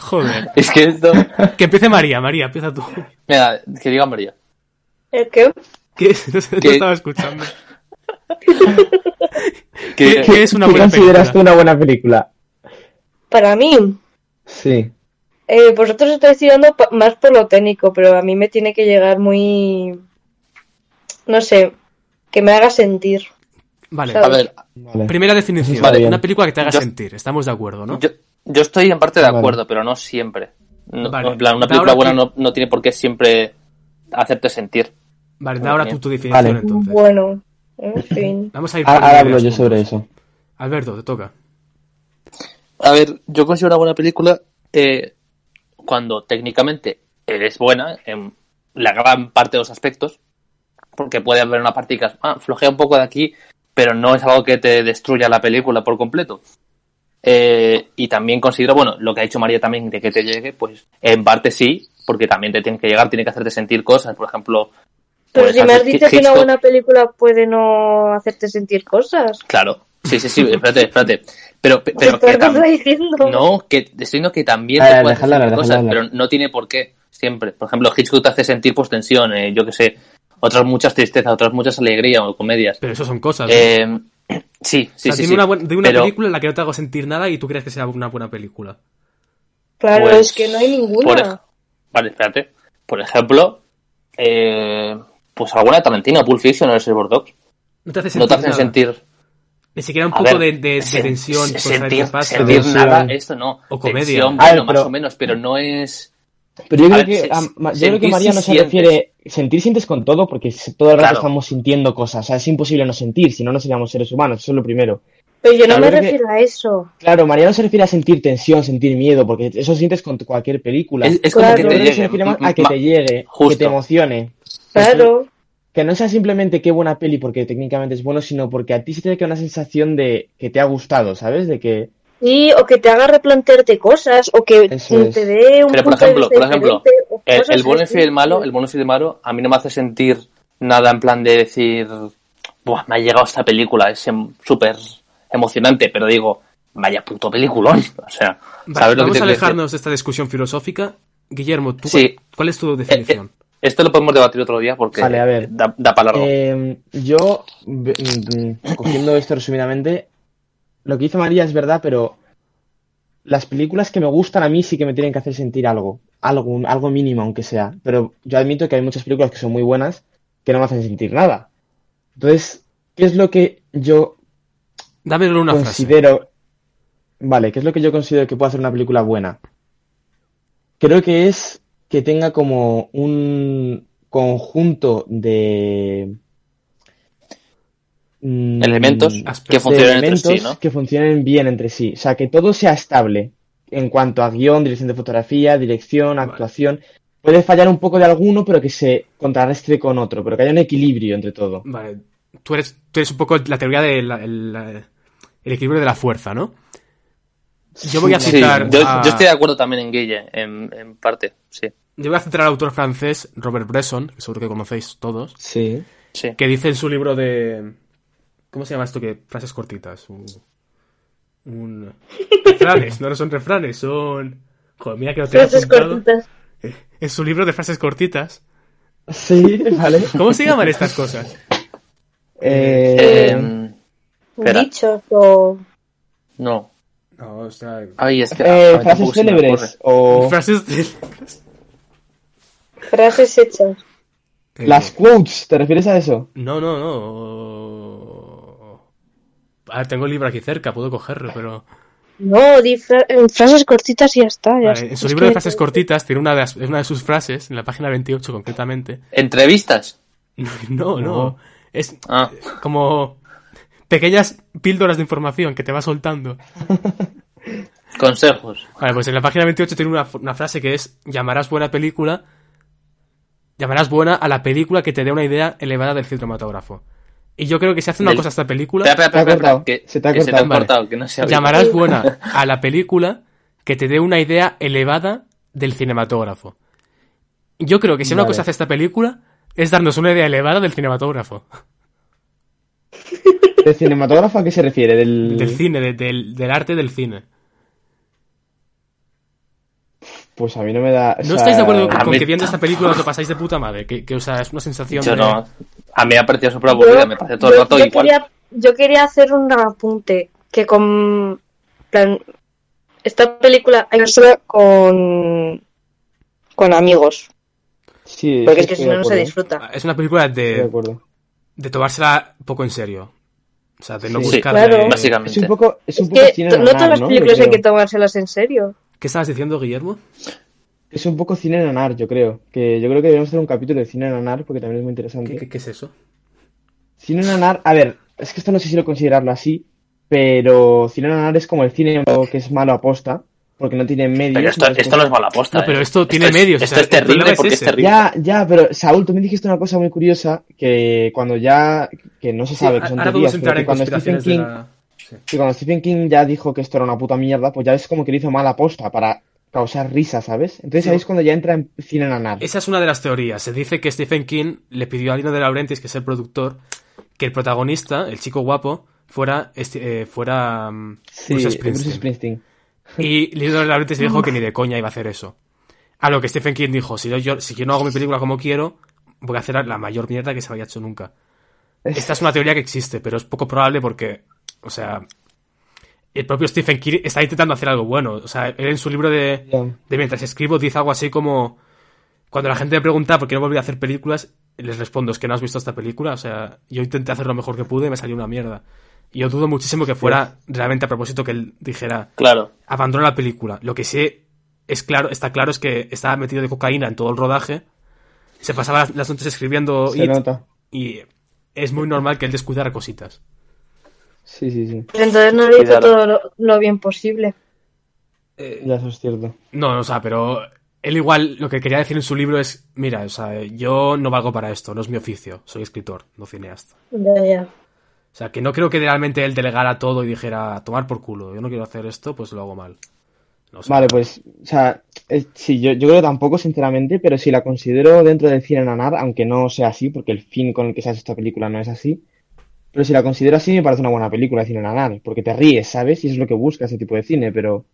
[SPEAKER 3] Joder.
[SPEAKER 4] es que esto.
[SPEAKER 3] Que empiece María, María, empieza tú.
[SPEAKER 4] Mira, que diga María.
[SPEAKER 5] ¿El qué?
[SPEAKER 3] ¿Qué? No, sé, no
[SPEAKER 4] ¿Qué?
[SPEAKER 3] estaba escuchando. ¿Qué,
[SPEAKER 4] Que,
[SPEAKER 3] qué es una
[SPEAKER 2] ¿Qué
[SPEAKER 3] buena
[SPEAKER 2] consideras tú
[SPEAKER 3] película?
[SPEAKER 2] una buena película?
[SPEAKER 5] Para mí,
[SPEAKER 2] Sí.
[SPEAKER 5] eh, vosotros estáis tirando pa- más por lo técnico, pero a mí me tiene que llegar muy... No sé, que me haga sentir.
[SPEAKER 3] Vale.
[SPEAKER 5] Claro.
[SPEAKER 4] a ver,
[SPEAKER 2] Vale.
[SPEAKER 3] Primera definición.
[SPEAKER 2] Vale.
[SPEAKER 3] Una película que te haga
[SPEAKER 4] Yo-
[SPEAKER 3] sentir. Estamos de acuerdo, ¿no?
[SPEAKER 4] yo, yo estoy en parte de
[SPEAKER 2] Vale.
[SPEAKER 4] acuerdo, pero no siempre. No-
[SPEAKER 3] Vale.
[SPEAKER 4] en plan, una
[SPEAKER 3] Da
[SPEAKER 4] película
[SPEAKER 3] ahora
[SPEAKER 4] buena no, no tiene por qué siempre hacerte sentir.
[SPEAKER 3] Vale, da ahora tú tu definición
[SPEAKER 2] Vale.
[SPEAKER 3] entonces.
[SPEAKER 5] Bueno, en fin.
[SPEAKER 3] Vamos a ir
[SPEAKER 2] Ahora-
[SPEAKER 3] por
[SPEAKER 2] ahora hablo
[SPEAKER 3] varios
[SPEAKER 2] yo sobre
[SPEAKER 3] puntos.
[SPEAKER 2] eso.
[SPEAKER 3] Alberto, te toca.
[SPEAKER 4] A ver, yo considero una buena película eh, cuando técnicamente es buena en la gran parte de los aspectos, porque puede haber una parte que ah, flojea un poco de aquí, pero no es algo que te destruya la película por completo. Eh, y también considero, bueno, lo que ha dicho María también de que te llegue, pues en parte sí, porque también te tiene que llegar, tiene que hacerte sentir cosas, por ejemplo.
[SPEAKER 5] Pero
[SPEAKER 4] pues,
[SPEAKER 5] si me has
[SPEAKER 4] Alfred
[SPEAKER 5] dicho que una
[SPEAKER 4] Hitchcock,
[SPEAKER 5] buena película puede no hacerte sentir cosas. Pues
[SPEAKER 4] Claro, Sí, sí, sí, espérate, espérate. Pero, pe- pero que
[SPEAKER 5] Estoy
[SPEAKER 4] tam-
[SPEAKER 5] contradiciendo.
[SPEAKER 4] No, que te estoy diciendo que también
[SPEAKER 2] A
[SPEAKER 4] te
[SPEAKER 2] ver,
[SPEAKER 4] puede hacer
[SPEAKER 2] déjala,
[SPEAKER 4] sentir
[SPEAKER 2] déjala,
[SPEAKER 4] cosas,
[SPEAKER 2] déjala.
[SPEAKER 4] pero no tiene por qué siempre. Por ejemplo, Hitchcock te hace sentir pues tensión, eh, yo qué sé, otras muchas tristezas, otras muchas alegrías o comedias.
[SPEAKER 3] Pero eso son cosas. ¿no?
[SPEAKER 4] Eh, sí, sí,
[SPEAKER 3] o sea,
[SPEAKER 4] sí.
[SPEAKER 3] tiene
[SPEAKER 4] sí.
[SPEAKER 3] una, buena- tiene una
[SPEAKER 4] Pero,
[SPEAKER 3] película en la que no te hago sentir nada y tú crees que sea una buena película.
[SPEAKER 5] Claro,
[SPEAKER 4] pues,
[SPEAKER 5] es que no
[SPEAKER 4] por
[SPEAKER 5] hay
[SPEAKER 4] e- ej-
[SPEAKER 5] ninguna.
[SPEAKER 4] Vale, espérate. Por ejemplo, eh, pues alguna de Tarantino, Pulp Fiction o Reservoir Dogs.
[SPEAKER 3] No te hace sentir
[SPEAKER 4] No te hacen
[SPEAKER 3] nada.
[SPEAKER 4] sentir.
[SPEAKER 3] Ni siquiera un
[SPEAKER 4] a
[SPEAKER 3] poco
[SPEAKER 4] ver,
[SPEAKER 3] de, de- de
[SPEAKER 4] sen-
[SPEAKER 3] tensión
[SPEAKER 4] se-
[SPEAKER 3] por saber qué
[SPEAKER 4] sentir,
[SPEAKER 3] pasa.
[SPEAKER 4] sentir
[SPEAKER 2] Tensión.
[SPEAKER 4] nada, esto no.
[SPEAKER 3] O comedia.
[SPEAKER 4] Tensión,
[SPEAKER 2] A ver,
[SPEAKER 4] bueno, más
[SPEAKER 2] pero-
[SPEAKER 4] o menos, pero no es.
[SPEAKER 2] Pero yo creo,
[SPEAKER 4] A ver,
[SPEAKER 2] que,
[SPEAKER 4] se-
[SPEAKER 2] ah, ma- yo creo que
[SPEAKER 4] sentir
[SPEAKER 2] María
[SPEAKER 4] si
[SPEAKER 2] no se
[SPEAKER 4] sientes.
[SPEAKER 2] refiere. Sentir sientes con todo, porque s- todo el rato
[SPEAKER 4] Claro.
[SPEAKER 2] estamos sintiendo cosas. O sea, es imposible no sentir, si no, no seríamos seres humanos. Eso es lo primero.
[SPEAKER 5] Pero yo no
[SPEAKER 2] Claro,
[SPEAKER 5] me
[SPEAKER 2] creo que-
[SPEAKER 5] refiero a eso.
[SPEAKER 2] Claro, María no se refiere a sentir tensión, sentir miedo, porque eso sientes con t- cualquier película.
[SPEAKER 4] Es, es como
[SPEAKER 5] Claro.
[SPEAKER 4] que
[SPEAKER 2] Yo
[SPEAKER 4] te
[SPEAKER 2] creo que se
[SPEAKER 4] llegue.
[SPEAKER 2] refiere más
[SPEAKER 4] m-
[SPEAKER 2] a que
[SPEAKER 4] ma-
[SPEAKER 2] te llegue, que
[SPEAKER 4] justo.
[SPEAKER 2] te emocione.
[SPEAKER 5] Claro.
[SPEAKER 2] Que no sea simplemente qué buena peli, porque técnicamente es bueno, sino porque a ti se te queda una sensación de que te ha gustado, ¿sabes? De que.
[SPEAKER 5] Y o que te haga replantearte cosas, o que mm,
[SPEAKER 2] Eso es.
[SPEAKER 5] te dé un
[SPEAKER 4] Pero, por
[SPEAKER 5] punto
[SPEAKER 4] ejemplo,
[SPEAKER 5] de vista
[SPEAKER 4] por ejemplo,
[SPEAKER 5] diferente, o
[SPEAKER 4] El,
[SPEAKER 5] cosas
[SPEAKER 4] el bueno, el
[SPEAKER 5] así.
[SPEAKER 4] feo y el malo, el bueno, el feo y el malo, a mí no me hace sentir nada en plan de decir, Buah, me ha llegado esta película, es em- súper emocionante, pero digo, vaya puto peliculón. O sea,
[SPEAKER 3] Va,
[SPEAKER 4] ¿sabes lo que
[SPEAKER 3] vamos
[SPEAKER 4] te
[SPEAKER 3] a
[SPEAKER 4] quiero decir?
[SPEAKER 3] alejarnos de esta discusión filosófica. Guillermo, ¿tú
[SPEAKER 4] Sí.
[SPEAKER 3] cuál, cuál es tu definición?
[SPEAKER 4] Esto lo podemos debatir otro día porque
[SPEAKER 2] Vale, a ver.
[SPEAKER 4] da, da para largo.
[SPEAKER 2] Eh, yo, b- mm, cogiendo esto resumidamente, lo que dice María es verdad, pero las películas que me gustan a mí sí que me tienen que hacer sentir algo, algo, un- algo mínimo aunque sea. Pero yo admito que hay muchas películas que son muy buenas que no me hacen sentir nada. Entonces, ¿qué es lo que yo
[SPEAKER 3] Dámelo en una frase.
[SPEAKER 2] considero. Vale, ¿qué es lo que yo considero que puede hacer una película buena? Creo que es que tenga como un conjunto de. mm,
[SPEAKER 4] Elementos
[SPEAKER 3] aspectos.
[SPEAKER 4] que
[SPEAKER 2] de
[SPEAKER 4] funcionan entre
[SPEAKER 2] elementos
[SPEAKER 4] sí, ¿no?
[SPEAKER 2] que funcionen bien entre sí. O sea, que todo sea estable en cuanto a guión, dirección de fotografía, dirección, actuación. Puede fallar un poco de alguno, pero que se contrarrestre con otro, pero que haya un equilibrio entre todo.
[SPEAKER 3] Vale, tú eres, tú eres un poco la teoría del el- el equilibrio de la fuerza, ¿no? Yo voy a
[SPEAKER 4] Sí,
[SPEAKER 3] citar
[SPEAKER 4] yo,
[SPEAKER 3] a-
[SPEAKER 4] yo estoy de acuerdo también en Guille, en, en parte, sí.
[SPEAKER 3] Yo voy a citar al autor francés Robert Bresson, que seguro que conocéis todos,
[SPEAKER 2] Sí.
[SPEAKER 4] sí.
[SPEAKER 3] que dice en su libro de... ¿Cómo se llama esto? que Frases cortitas. Un... un- Refranes, no, no son refranes, son... Joder, mira que lo tengo
[SPEAKER 5] Frases
[SPEAKER 3] apuntado.
[SPEAKER 5] cortitas.
[SPEAKER 3] En su libro de frases cortitas.
[SPEAKER 2] Sí, vale.
[SPEAKER 3] ¿Cómo se llaman estas cosas?
[SPEAKER 2] Eh,
[SPEAKER 4] Eh, espera.
[SPEAKER 5] Dichos o.
[SPEAKER 4] no.
[SPEAKER 3] No, o sea...
[SPEAKER 4] Ay, es que,
[SPEAKER 2] eh,
[SPEAKER 4] a ver,
[SPEAKER 2] frases
[SPEAKER 4] tampoco se me
[SPEAKER 2] célebres o
[SPEAKER 3] Frases de...
[SPEAKER 5] Frases hechas.
[SPEAKER 3] Eh,
[SPEAKER 2] las quotes, ¿te refieres a eso?
[SPEAKER 3] No, no, no. Ah, tengo el libro aquí cerca, puedo cogerlo, pero...
[SPEAKER 5] No, di fra- en frases cortitas y ya está. ya
[SPEAKER 3] Vale,
[SPEAKER 5] está.
[SPEAKER 3] en su
[SPEAKER 5] Es
[SPEAKER 3] libro de
[SPEAKER 5] que-
[SPEAKER 3] frases cortitas tiene una de, las- una de sus frases, en la página 28 concretamente.
[SPEAKER 4] ocurre. ¿Entrevistas?
[SPEAKER 3] No, no.
[SPEAKER 2] No.
[SPEAKER 3] Es
[SPEAKER 4] Ah,
[SPEAKER 3] como pequeñas píldoras de información que te va soltando.
[SPEAKER 4] consejos.
[SPEAKER 3] Vale, pues en la página 28 tiene una, una frase que es: llamarás buena película. Llamarás buena a la película que te dé una idea elevada del cinematógrafo. Y yo creo que si hace una
[SPEAKER 4] Del-
[SPEAKER 3] cosa esta película.
[SPEAKER 4] Espera, espera,
[SPEAKER 2] Se te ha
[SPEAKER 4] espera, espera,
[SPEAKER 2] cortado,
[SPEAKER 4] que
[SPEAKER 2] se te ha
[SPEAKER 4] que
[SPEAKER 2] cortado.
[SPEAKER 3] Vale.
[SPEAKER 4] cortado, que no se ha oído.
[SPEAKER 3] Llamarás buena a la película que te dé una idea elevada del cinematógrafo. Yo creo que si una
[SPEAKER 2] Vale.
[SPEAKER 3] cosa hace esta película es darnos una idea elevada del cinematógrafo,
[SPEAKER 2] ¿De cinematógrafo a qué se refiere? Del,
[SPEAKER 3] del cine, de- del, del arte del cine.
[SPEAKER 2] Pues a mí no me da. o
[SPEAKER 3] ¿No
[SPEAKER 2] sea,
[SPEAKER 3] estáis de acuerdo con,
[SPEAKER 4] a mí
[SPEAKER 3] que viendo esta película os lo pasáis de puta madre? Que, que o sea, es una sensación
[SPEAKER 4] Yo
[SPEAKER 3] de...
[SPEAKER 4] no. A mí me ha parecido súper
[SPEAKER 5] Yo-
[SPEAKER 4] aburrida, me parece todo el
[SPEAKER 5] yo-
[SPEAKER 4] rato
[SPEAKER 5] yo
[SPEAKER 4] igual.
[SPEAKER 5] Quería, yo quería hacer un apunte que con plan, esta película hay que verla con con amigos,
[SPEAKER 2] Sí,
[SPEAKER 5] porque
[SPEAKER 2] sí,
[SPEAKER 5] es que
[SPEAKER 2] estoy de
[SPEAKER 5] si no no se
[SPEAKER 2] acuerdo, Ah,
[SPEAKER 5] disfruta.
[SPEAKER 3] Es una película
[SPEAKER 2] estoy de
[SPEAKER 3] de,
[SPEAKER 2] acuerdo.
[SPEAKER 3] de tomársela poco en serio. O sea, de no
[SPEAKER 2] Sí.
[SPEAKER 3] buscar...
[SPEAKER 5] Claro.
[SPEAKER 3] de-
[SPEAKER 4] Básicamente.
[SPEAKER 2] Es un poco, es un
[SPEAKER 5] Es
[SPEAKER 2] poco
[SPEAKER 5] que
[SPEAKER 2] cine
[SPEAKER 5] to- no
[SPEAKER 2] nanar,
[SPEAKER 5] todas las
[SPEAKER 2] ¿no? Yo
[SPEAKER 5] películas hay
[SPEAKER 2] creo.
[SPEAKER 5] que tomárselas en serio.
[SPEAKER 3] ¿Qué estabas diciendo, Guillermo?
[SPEAKER 2] Es un poco cine nanar, yo creo. Que yo creo que debemos hacer un capítulo de cine nanar porque también es muy
[SPEAKER 3] ¿Qué,
[SPEAKER 2] interesante.
[SPEAKER 3] qué- qué es eso?
[SPEAKER 2] Cine nanar, a ver, es que esto no sé si lo considerarlo así, pero cine nanar es como el cine que es malo aposta, porque no tiene medios.
[SPEAKER 4] Pero esto,
[SPEAKER 2] entonces,
[SPEAKER 4] esto no es mala aposta.
[SPEAKER 3] No, pero
[SPEAKER 4] ¿eh?
[SPEAKER 3] esto tiene
[SPEAKER 4] es-
[SPEAKER 3] medios, o
[SPEAKER 4] Esto
[SPEAKER 3] sea,
[SPEAKER 4] es
[SPEAKER 3] el problema
[SPEAKER 4] terrible
[SPEAKER 3] es
[SPEAKER 4] porque es
[SPEAKER 3] ese.
[SPEAKER 4] terrible.
[SPEAKER 2] Ya, ya, pero Saúl, tú me dijiste una cosa muy curiosa que cuando ya, que no se
[SPEAKER 3] Sí,
[SPEAKER 2] sabe que son
[SPEAKER 3] ahora podemos
[SPEAKER 2] teorías, pero
[SPEAKER 3] entrar
[SPEAKER 2] que
[SPEAKER 3] en
[SPEAKER 2] cuando Stephen
[SPEAKER 3] conspiraciones de
[SPEAKER 2] King,
[SPEAKER 3] la... Sí.
[SPEAKER 2] que cuando Stephen King ya dijo que esto era una puta mierda, pues ya ves como que le hizo mala aposta para causar risa, ¿sabes? Entonces
[SPEAKER 3] Sí.
[SPEAKER 2] ahí es cuando ya entra en cine nanar.
[SPEAKER 3] Esa es una de las teorías. Se dice que Stephen King le pidió a Dino de Laurentiis, que es el productor, que el protagonista, el chico guapo, fuera, este- eh, fuera mm,
[SPEAKER 2] Sí,
[SPEAKER 3] Bruce
[SPEAKER 2] Bruce
[SPEAKER 3] Springsteen.
[SPEAKER 2] Springsteen.
[SPEAKER 3] Y Little Laurence dijo que ni de coña iba a hacer eso. A lo que Stephen King dijo, si yo, si yo no hago mi película como quiero, voy a hacer la mayor mierda que se haya hecho nunca. Esta es una teoría que existe, pero es poco probable porque, o sea, el propio Stephen King está intentando hacer algo bueno. O sea, él en su libro de,
[SPEAKER 2] Ya.
[SPEAKER 3] de Mientras escribo dice algo así como, cuando la gente me pregunta por qué no volví a hacer películas, les respondo, es que no has visto esta película. O sea, yo intenté hacer lo mejor que pude y me salió una mierda. Y yo dudo muchísimo que fuera realmente a propósito que él dijera,
[SPEAKER 4] Claro,
[SPEAKER 3] abandona la película. Lo que sí es claro, está claro es que estaba metido de cocaína en todo el rodaje. Se pasaba las, las noches escribiendo
[SPEAKER 2] Se
[SPEAKER 3] Oh, It,
[SPEAKER 2] nota.
[SPEAKER 3] y es muy normal que él descuidara cositas.
[SPEAKER 2] Sí, sí, sí.
[SPEAKER 5] Pero entonces no lo hizo
[SPEAKER 4] Cuidado.
[SPEAKER 5] todo lo, lo bien posible.
[SPEAKER 2] Ya eso es cierto.
[SPEAKER 3] Eh, No, o sea, pero él igual lo que quería decir en su libro es, mira, o sea, yo no valgo para esto, no es mi oficio, soy escritor, no cineasta.
[SPEAKER 5] Ya, ya.
[SPEAKER 3] O sea, que no creo que realmente él delegara todo y dijera, "A tomar por culo, yo no quiero hacer esto, pues lo hago mal. No sé.
[SPEAKER 2] Vale, pues, o sea, eh, sí, yo, yo creo que tampoco, sinceramente, pero si la considero dentro del cine nanar, aunque no sea así, porque el fin con el que se hace esta película no es así, pero si la considero así, me parece una buena película de cine nanar, porque te ríes, ¿sabes? Y eso es lo que busca ese tipo de cine, pero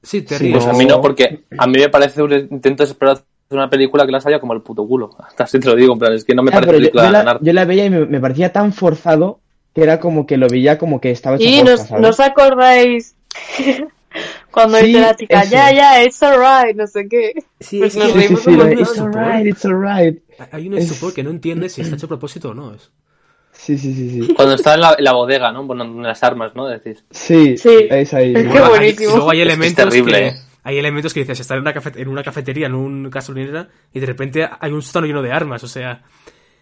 [SPEAKER 3] Sí, te
[SPEAKER 2] Sí,
[SPEAKER 3] ríes.
[SPEAKER 4] pues a mí no, porque a mí me parece un intento desesperado de una película que la salga como el puto culo. Hasta así te lo digo, en plan, es que no me
[SPEAKER 2] Ah,
[SPEAKER 4] parece
[SPEAKER 2] pero yo,
[SPEAKER 4] película
[SPEAKER 2] yo
[SPEAKER 4] de
[SPEAKER 2] la,
[SPEAKER 4] ganar.
[SPEAKER 2] yo la veía y me, me parecía tan forzado que era como que lo veía como que estaba hecho
[SPEAKER 5] Y
[SPEAKER 2] porfa,
[SPEAKER 5] nos,
[SPEAKER 2] Pues ¿sabes?
[SPEAKER 5] ¿nos acordáis cuando
[SPEAKER 2] Sí,
[SPEAKER 5] dice la chica,
[SPEAKER 2] eso.
[SPEAKER 5] ya, ya, it's alright, no sé qué.
[SPEAKER 3] Sí,
[SPEAKER 5] Pues
[SPEAKER 3] sí, sí,
[SPEAKER 2] Sí,
[SPEAKER 5] nos
[SPEAKER 2] sí,
[SPEAKER 5] reímos
[SPEAKER 2] sí,
[SPEAKER 5] un
[SPEAKER 2] lo de,
[SPEAKER 5] montón.
[SPEAKER 2] it's alright, it's alright.
[SPEAKER 3] Hay un
[SPEAKER 2] Es-
[SPEAKER 3] estupor que no entiende si está hecho a propósito o no. Es...
[SPEAKER 2] Sí, sí, sí, sí.
[SPEAKER 4] Cuando está en la, en la bodega, ¿no? Bueno, en las armas, ¿no? Decís.
[SPEAKER 2] Sí,
[SPEAKER 5] Sí.
[SPEAKER 2] es ahí.
[SPEAKER 5] Qué
[SPEAKER 3] luego, hay,
[SPEAKER 5] buenísimo.
[SPEAKER 3] y luego hay
[SPEAKER 4] Es que es
[SPEAKER 3] elementos
[SPEAKER 4] terrible,
[SPEAKER 3] que
[SPEAKER 4] eh.
[SPEAKER 3] hay elementos que dices estar en una, cafe- en una cafetería en un gasolinera y de repente hay un sótano lleno de armas o sea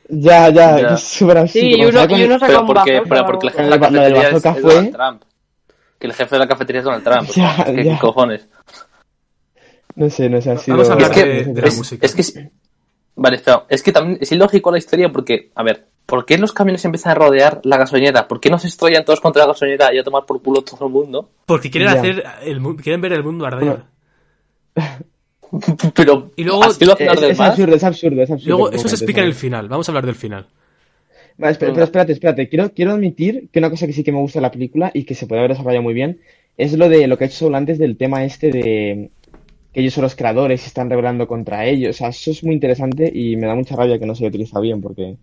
[SPEAKER 2] Ya, ya,
[SPEAKER 4] Ya.
[SPEAKER 2] es súper absurdo.
[SPEAKER 5] Sí, y
[SPEAKER 2] Cuando
[SPEAKER 5] uno,
[SPEAKER 2] estaba con-
[SPEAKER 5] y uno saca
[SPEAKER 4] Pero
[SPEAKER 5] un
[SPEAKER 4] porque,
[SPEAKER 5] bazooka
[SPEAKER 4] pero
[SPEAKER 5] o
[SPEAKER 4] porque el
[SPEAKER 5] algo.
[SPEAKER 4] jefe
[SPEAKER 2] Lo
[SPEAKER 4] de la
[SPEAKER 2] del
[SPEAKER 4] cafetería es,
[SPEAKER 2] bazooka
[SPEAKER 4] es
[SPEAKER 2] fue-
[SPEAKER 4] Donald Trump. Que el jefe de la cafetería es Donald Trump.
[SPEAKER 2] Ya,
[SPEAKER 4] Es que,
[SPEAKER 2] ya.
[SPEAKER 4] ¿Qué cojones?
[SPEAKER 2] No sé, no sé, ha
[SPEAKER 3] Vamos
[SPEAKER 2] sido...
[SPEAKER 3] a hablar
[SPEAKER 4] Es que
[SPEAKER 3] de- de la
[SPEAKER 4] es,
[SPEAKER 3] música.
[SPEAKER 4] es que es- vale, espera, es que también es ilógico la historia porque, a ver, ¿por qué los camiones empiezan a rodear la gasolinera? ¿Por qué no se estrellan todos contra la gasolinera y a tomar por culo todo el mundo?
[SPEAKER 3] porque quieren
[SPEAKER 2] Ya.
[SPEAKER 3] hacer el mu- quieren ver el mundo arder
[SPEAKER 2] Bueno,
[SPEAKER 4] Pero
[SPEAKER 3] Y luego-
[SPEAKER 4] así lo hacen
[SPEAKER 2] Es,
[SPEAKER 4] los
[SPEAKER 2] Eh, es
[SPEAKER 4] demás.
[SPEAKER 2] absurdo, es absurdo, es absurdo.
[SPEAKER 3] luego eso se explica en el
[SPEAKER 2] completamente.
[SPEAKER 3] final vamos a hablar del final
[SPEAKER 2] Vale, espera- pero espérate, espérate. Quiero, quiero admitir que una cosa que sí que me gusta de la película y que se puede haber desarrollado muy bien es lo de lo que ha hecho Soul antes del tema este de que ellos son los creadores y están rebelando contra ellos. O sea, eso es muy interesante y me da mucha rabia que no se haya utilizado bien porque,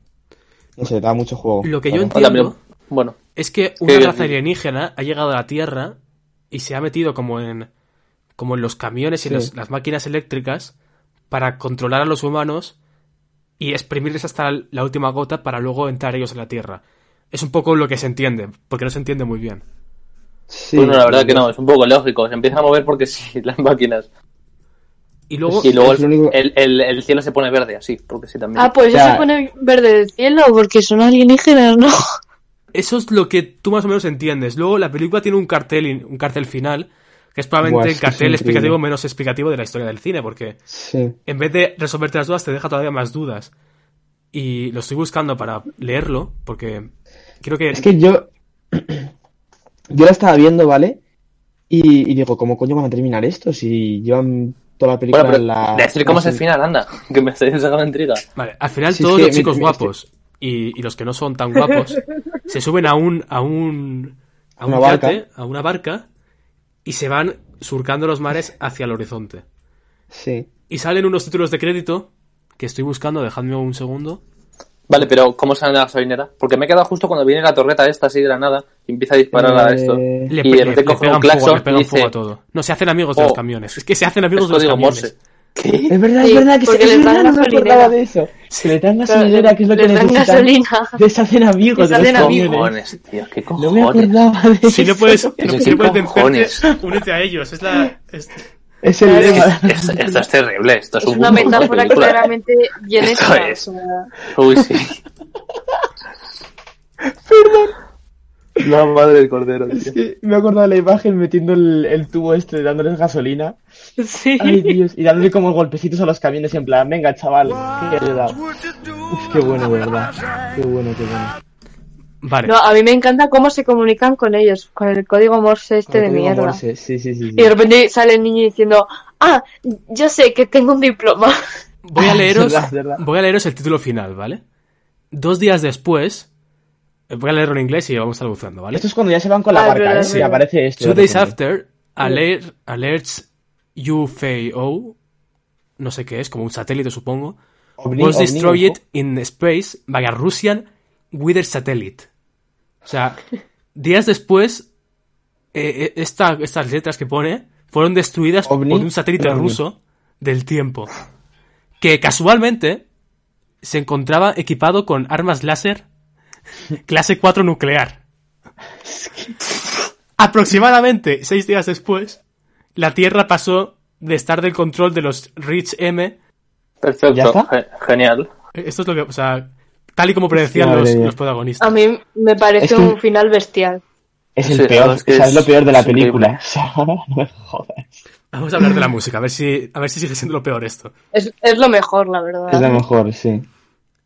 [SPEAKER 2] no sé, da mucho juego.
[SPEAKER 3] Lo que yo
[SPEAKER 2] ¿sabes?
[SPEAKER 3] entiendo-
[SPEAKER 4] O también- bueno,
[SPEAKER 3] es que una
[SPEAKER 4] Sí,
[SPEAKER 3] raza
[SPEAKER 4] sí.
[SPEAKER 3] alienígena ha llegado a la tierra y se ha metido como en como en los camiones y en
[SPEAKER 2] Sí.
[SPEAKER 3] los- las máquinas eléctricas para controlar a los humanos y exprimirles hasta la última gota para luego entrar ellos en la tierra es un poco lo que se entiende porque no se entiende muy bien
[SPEAKER 2] Sí,
[SPEAKER 4] bueno, la verdad que no, es un poco lógico. Se empiezan a mover porque sí, las máquinas.
[SPEAKER 3] y luego
[SPEAKER 4] y luego
[SPEAKER 2] es lo
[SPEAKER 4] el,
[SPEAKER 2] único-
[SPEAKER 4] el- el- el cielo se pone verde, así, porque sí también.
[SPEAKER 5] Ah, pues eso
[SPEAKER 2] Ya.
[SPEAKER 5] se pone verde el cielo porque son alienígenas, ¿no?
[SPEAKER 3] Eso es lo que tú más o menos entiendes. Luego la película tiene un cartel, in- un cartel final, que es probablemente
[SPEAKER 2] Buah, es
[SPEAKER 3] el
[SPEAKER 2] que es
[SPEAKER 3] cartel
[SPEAKER 2] increíble.
[SPEAKER 3] explicativo menos explicativo de la historia del cine, porque
[SPEAKER 2] Sí,
[SPEAKER 3] en vez de resolverte las dudas, te deja todavía más dudas. Y lo estoy buscando para leerlo, porque creo que...
[SPEAKER 2] es que yo... Yo la estaba viendo, ¿vale? Y, y digo, ¿cómo coño van a terminar esto? Si llevan toda la película
[SPEAKER 4] bueno, pero
[SPEAKER 2] la...
[SPEAKER 4] decir
[SPEAKER 2] la
[SPEAKER 4] cómo es el
[SPEAKER 2] sin-
[SPEAKER 4] final, anda, que me estáis sacando intriga.
[SPEAKER 3] Vale, al final
[SPEAKER 2] Sí, es
[SPEAKER 3] todos
[SPEAKER 2] que
[SPEAKER 3] los chicos
[SPEAKER 2] me- me-
[SPEAKER 3] guapos y, y los que no son tan guapos se suben a un... a un... a un
[SPEAKER 2] Una barca.
[SPEAKER 3] yate, a una barca, y se van surcando los mares hacia el horizonte.
[SPEAKER 2] Sí.
[SPEAKER 3] Y salen unos títulos de crédito que estoy buscando, dejadme un segundo.
[SPEAKER 4] Vale, pero ¿cómo sale la gasolinera? Porque me he quedado justo cuando viene la torreta esta así de la nada y empieza a disparar a
[SPEAKER 2] Eh,
[SPEAKER 4] esto.
[SPEAKER 2] Le-
[SPEAKER 3] Le,
[SPEAKER 4] y
[SPEAKER 3] le-
[SPEAKER 4] el
[SPEAKER 3] le
[SPEAKER 4] coge
[SPEAKER 3] pegan
[SPEAKER 4] un
[SPEAKER 3] fuego,
[SPEAKER 4] claxon
[SPEAKER 3] le pegan
[SPEAKER 4] y dice,
[SPEAKER 3] fuego a todo. No, se hacen amigos de los
[SPEAKER 4] Oh.
[SPEAKER 3] camiones. Es que se hacen amigos
[SPEAKER 4] es
[SPEAKER 3] de los
[SPEAKER 4] código
[SPEAKER 3] camiones.
[SPEAKER 4] Morse. ¿Qué?
[SPEAKER 2] Es verdad, es
[SPEAKER 5] Sí,
[SPEAKER 2] verdad que
[SPEAKER 5] porque
[SPEAKER 2] es
[SPEAKER 5] les dan
[SPEAKER 2] verdad, no me
[SPEAKER 5] gasolinera.
[SPEAKER 2] acordaba de eso. Que le dan gasolinera, que es lo que
[SPEAKER 5] Les dan
[SPEAKER 2] necesitan.
[SPEAKER 5] gasolina.
[SPEAKER 2] Deshacen amigos.
[SPEAKER 5] Les
[SPEAKER 2] de
[SPEAKER 5] hacen
[SPEAKER 2] los
[SPEAKER 5] amigos.
[SPEAKER 2] camiones.
[SPEAKER 4] Cojones, tío, qué
[SPEAKER 2] No me
[SPEAKER 4] cojones.
[SPEAKER 2] acordaba de eso.
[SPEAKER 3] Si no puedes, no,
[SPEAKER 4] Pero
[SPEAKER 3] si
[SPEAKER 4] qué
[SPEAKER 3] no puedes
[SPEAKER 4] cojones.
[SPEAKER 3] vencerte, únete a ellos. Es la, es-
[SPEAKER 2] Es el
[SPEAKER 5] Es que-
[SPEAKER 2] lema.
[SPEAKER 4] Es- esto es terrible, esto es,
[SPEAKER 5] Es
[SPEAKER 4] un
[SPEAKER 5] una
[SPEAKER 4] mundo,
[SPEAKER 5] metáfora
[SPEAKER 4] película.
[SPEAKER 5] claramente bien
[SPEAKER 4] Esto
[SPEAKER 5] hecha.
[SPEAKER 4] es.
[SPEAKER 5] o sea,
[SPEAKER 4] Uy, sí. La madre del cordero,
[SPEAKER 2] Es que me he acordado de la imagen metiendo el, el tubo este, dándoles gasolina.
[SPEAKER 5] Sí.
[SPEAKER 2] Ay, Dios. Y dándole como golpecitos a los camiones en plan, venga, chaval, que te he dado. Uf, qué bueno, de verdad. Qué bueno, qué bueno.
[SPEAKER 3] Vale.
[SPEAKER 5] No, a mí me encanta cómo se comunican con ellos, con el código Morse este de
[SPEAKER 2] Código
[SPEAKER 5] mierda.
[SPEAKER 2] Morse, Sí, sí, sí. sí.
[SPEAKER 5] Y de repente sale el niño diciendo, ah, yo sé que tengo un diploma.
[SPEAKER 3] Voy a
[SPEAKER 2] es
[SPEAKER 3] leeros,
[SPEAKER 2] verdad, es verdad.
[SPEAKER 3] voy a leeros el título final, ¿vale? Dos días después, eh, Voy a leerlo en inglés y vamos traduciendo, ¿vale?
[SPEAKER 2] Esto es cuando ya se van con la
[SPEAKER 5] Ah,
[SPEAKER 2] barca,
[SPEAKER 5] verdad,
[SPEAKER 2] ¿eh?
[SPEAKER 5] sí.
[SPEAKER 2] Y aparece esto.
[SPEAKER 3] Two
[SPEAKER 2] de
[SPEAKER 3] days
[SPEAKER 2] repente.
[SPEAKER 3] after, alert, alerts UFO, no sé qué es, como un satélite supongo,
[SPEAKER 2] Ovni-
[SPEAKER 3] was
[SPEAKER 2] ovni,
[SPEAKER 3] destroyed
[SPEAKER 2] ojo.
[SPEAKER 3] in space by a Russian weather satellite. O sea, días después, eh, eh, esta- estas letras que pone fueron destruidas
[SPEAKER 2] Ovni,
[SPEAKER 3] por un satélite
[SPEAKER 2] ovni.
[SPEAKER 3] ruso del tiempo, que casualmente se encontraba equipado con armas láser clase 4 nuclear. Aproximadamente seis días después, la Tierra pasó de estar del control de los Rich M
[SPEAKER 2] ¿Ya
[SPEAKER 4] Perfecto,
[SPEAKER 2] está?
[SPEAKER 4] ge- genial.
[SPEAKER 3] Eh, esto es lo que, o sea, tal y como predecían
[SPEAKER 2] Madre
[SPEAKER 3] los,
[SPEAKER 2] mía.
[SPEAKER 3] los protagonistas.
[SPEAKER 5] A mí me parece
[SPEAKER 2] Es que-
[SPEAKER 5] un final bestial.
[SPEAKER 2] Es el
[SPEAKER 4] Sí, la
[SPEAKER 2] peor,
[SPEAKER 4] verdad es que
[SPEAKER 2] o sea, es lo
[SPEAKER 4] es-
[SPEAKER 2] peor de la
[SPEAKER 4] es increíble.
[SPEAKER 2] película. O sea, no me jodas.
[SPEAKER 3] Vamos a hablar de la música, a ver si, a ver si sigue siendo lo peor esto.
[SPEAKER 5] Es, es lo mejor, la verdad.
[SPEAKER 4] Ah.
[SPEAKER 2] Es lo mejor, sí.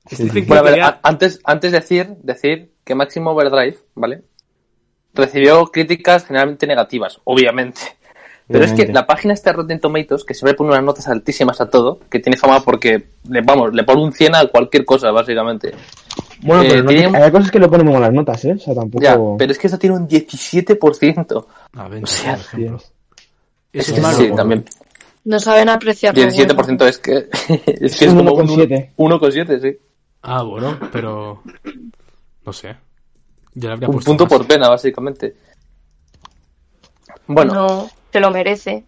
[SPEAKER 2] Sí,
[SPEAKER 3] Stephen
[SPEAKER 2] sí.
[SPEAKER 3] King
[SPEAKER 4] Bueno, a ver,
[SPEAKER 3] quería-
[SPEAKER 4] a- antes, antes decir, decir que Máximo Overdrive, ¿vale? Recibió críticas generalmente negativas, obviamente. Pero es que
[SPEAKER 2] Obviamente.
[SPEAKER 4] la página está Rotten Tomatoes, que siempre pone unas notas altísimas a todo, que tiene fama porque, le- vamos, le pone un 100 a cualquier cosa, básicamente.
[SPEAKER 2] Bueno,
[SPEAKER 4] Eh,
[SPEAKER 2] pero no-
[SPEAKER 4] tiene un-
[SPEAKER 2] hay cosas que lo ponen como las notas, ¿eh? O sea, tampoco.
[SPEAKER 4] Ya, pero es que esta tiene un 17%.
[SPEAKER 3] Ah, Benji,
[SPEAKER 4] o sea,
[SPEAKER 3] por ejemplo.
[SPEAKER 2] Sí.
[SPEAKER 3] Eso
[SPEAKER 4] Sí,
[SPEAKER 3] es malo.
[SPEAKER 4] sí, también.
[SPEAKER 5] No saben apreciar. lo
[SPEAKER 4] 17% es que es, que
[SPEAKER 2] Es
[SPEAKER 4] es
[SPEAKER 2] un
[SPEAKER 4] como un
[SPEAKER 2] 1,7.
[SPEAKER 4] 1,7, sí.
[SPEAKER 3] Ah, bueno, pero. No sé. Yo le habría
[SPEAKER 4] Un
[SPEAKER 3] puesto
[SPEAKER 4] punto
[SPEAKER 3] más.
[SPEAKER 4] por pena, básicamente. Bueno,
[SPEAKER 5] bueno. No, se lo merece.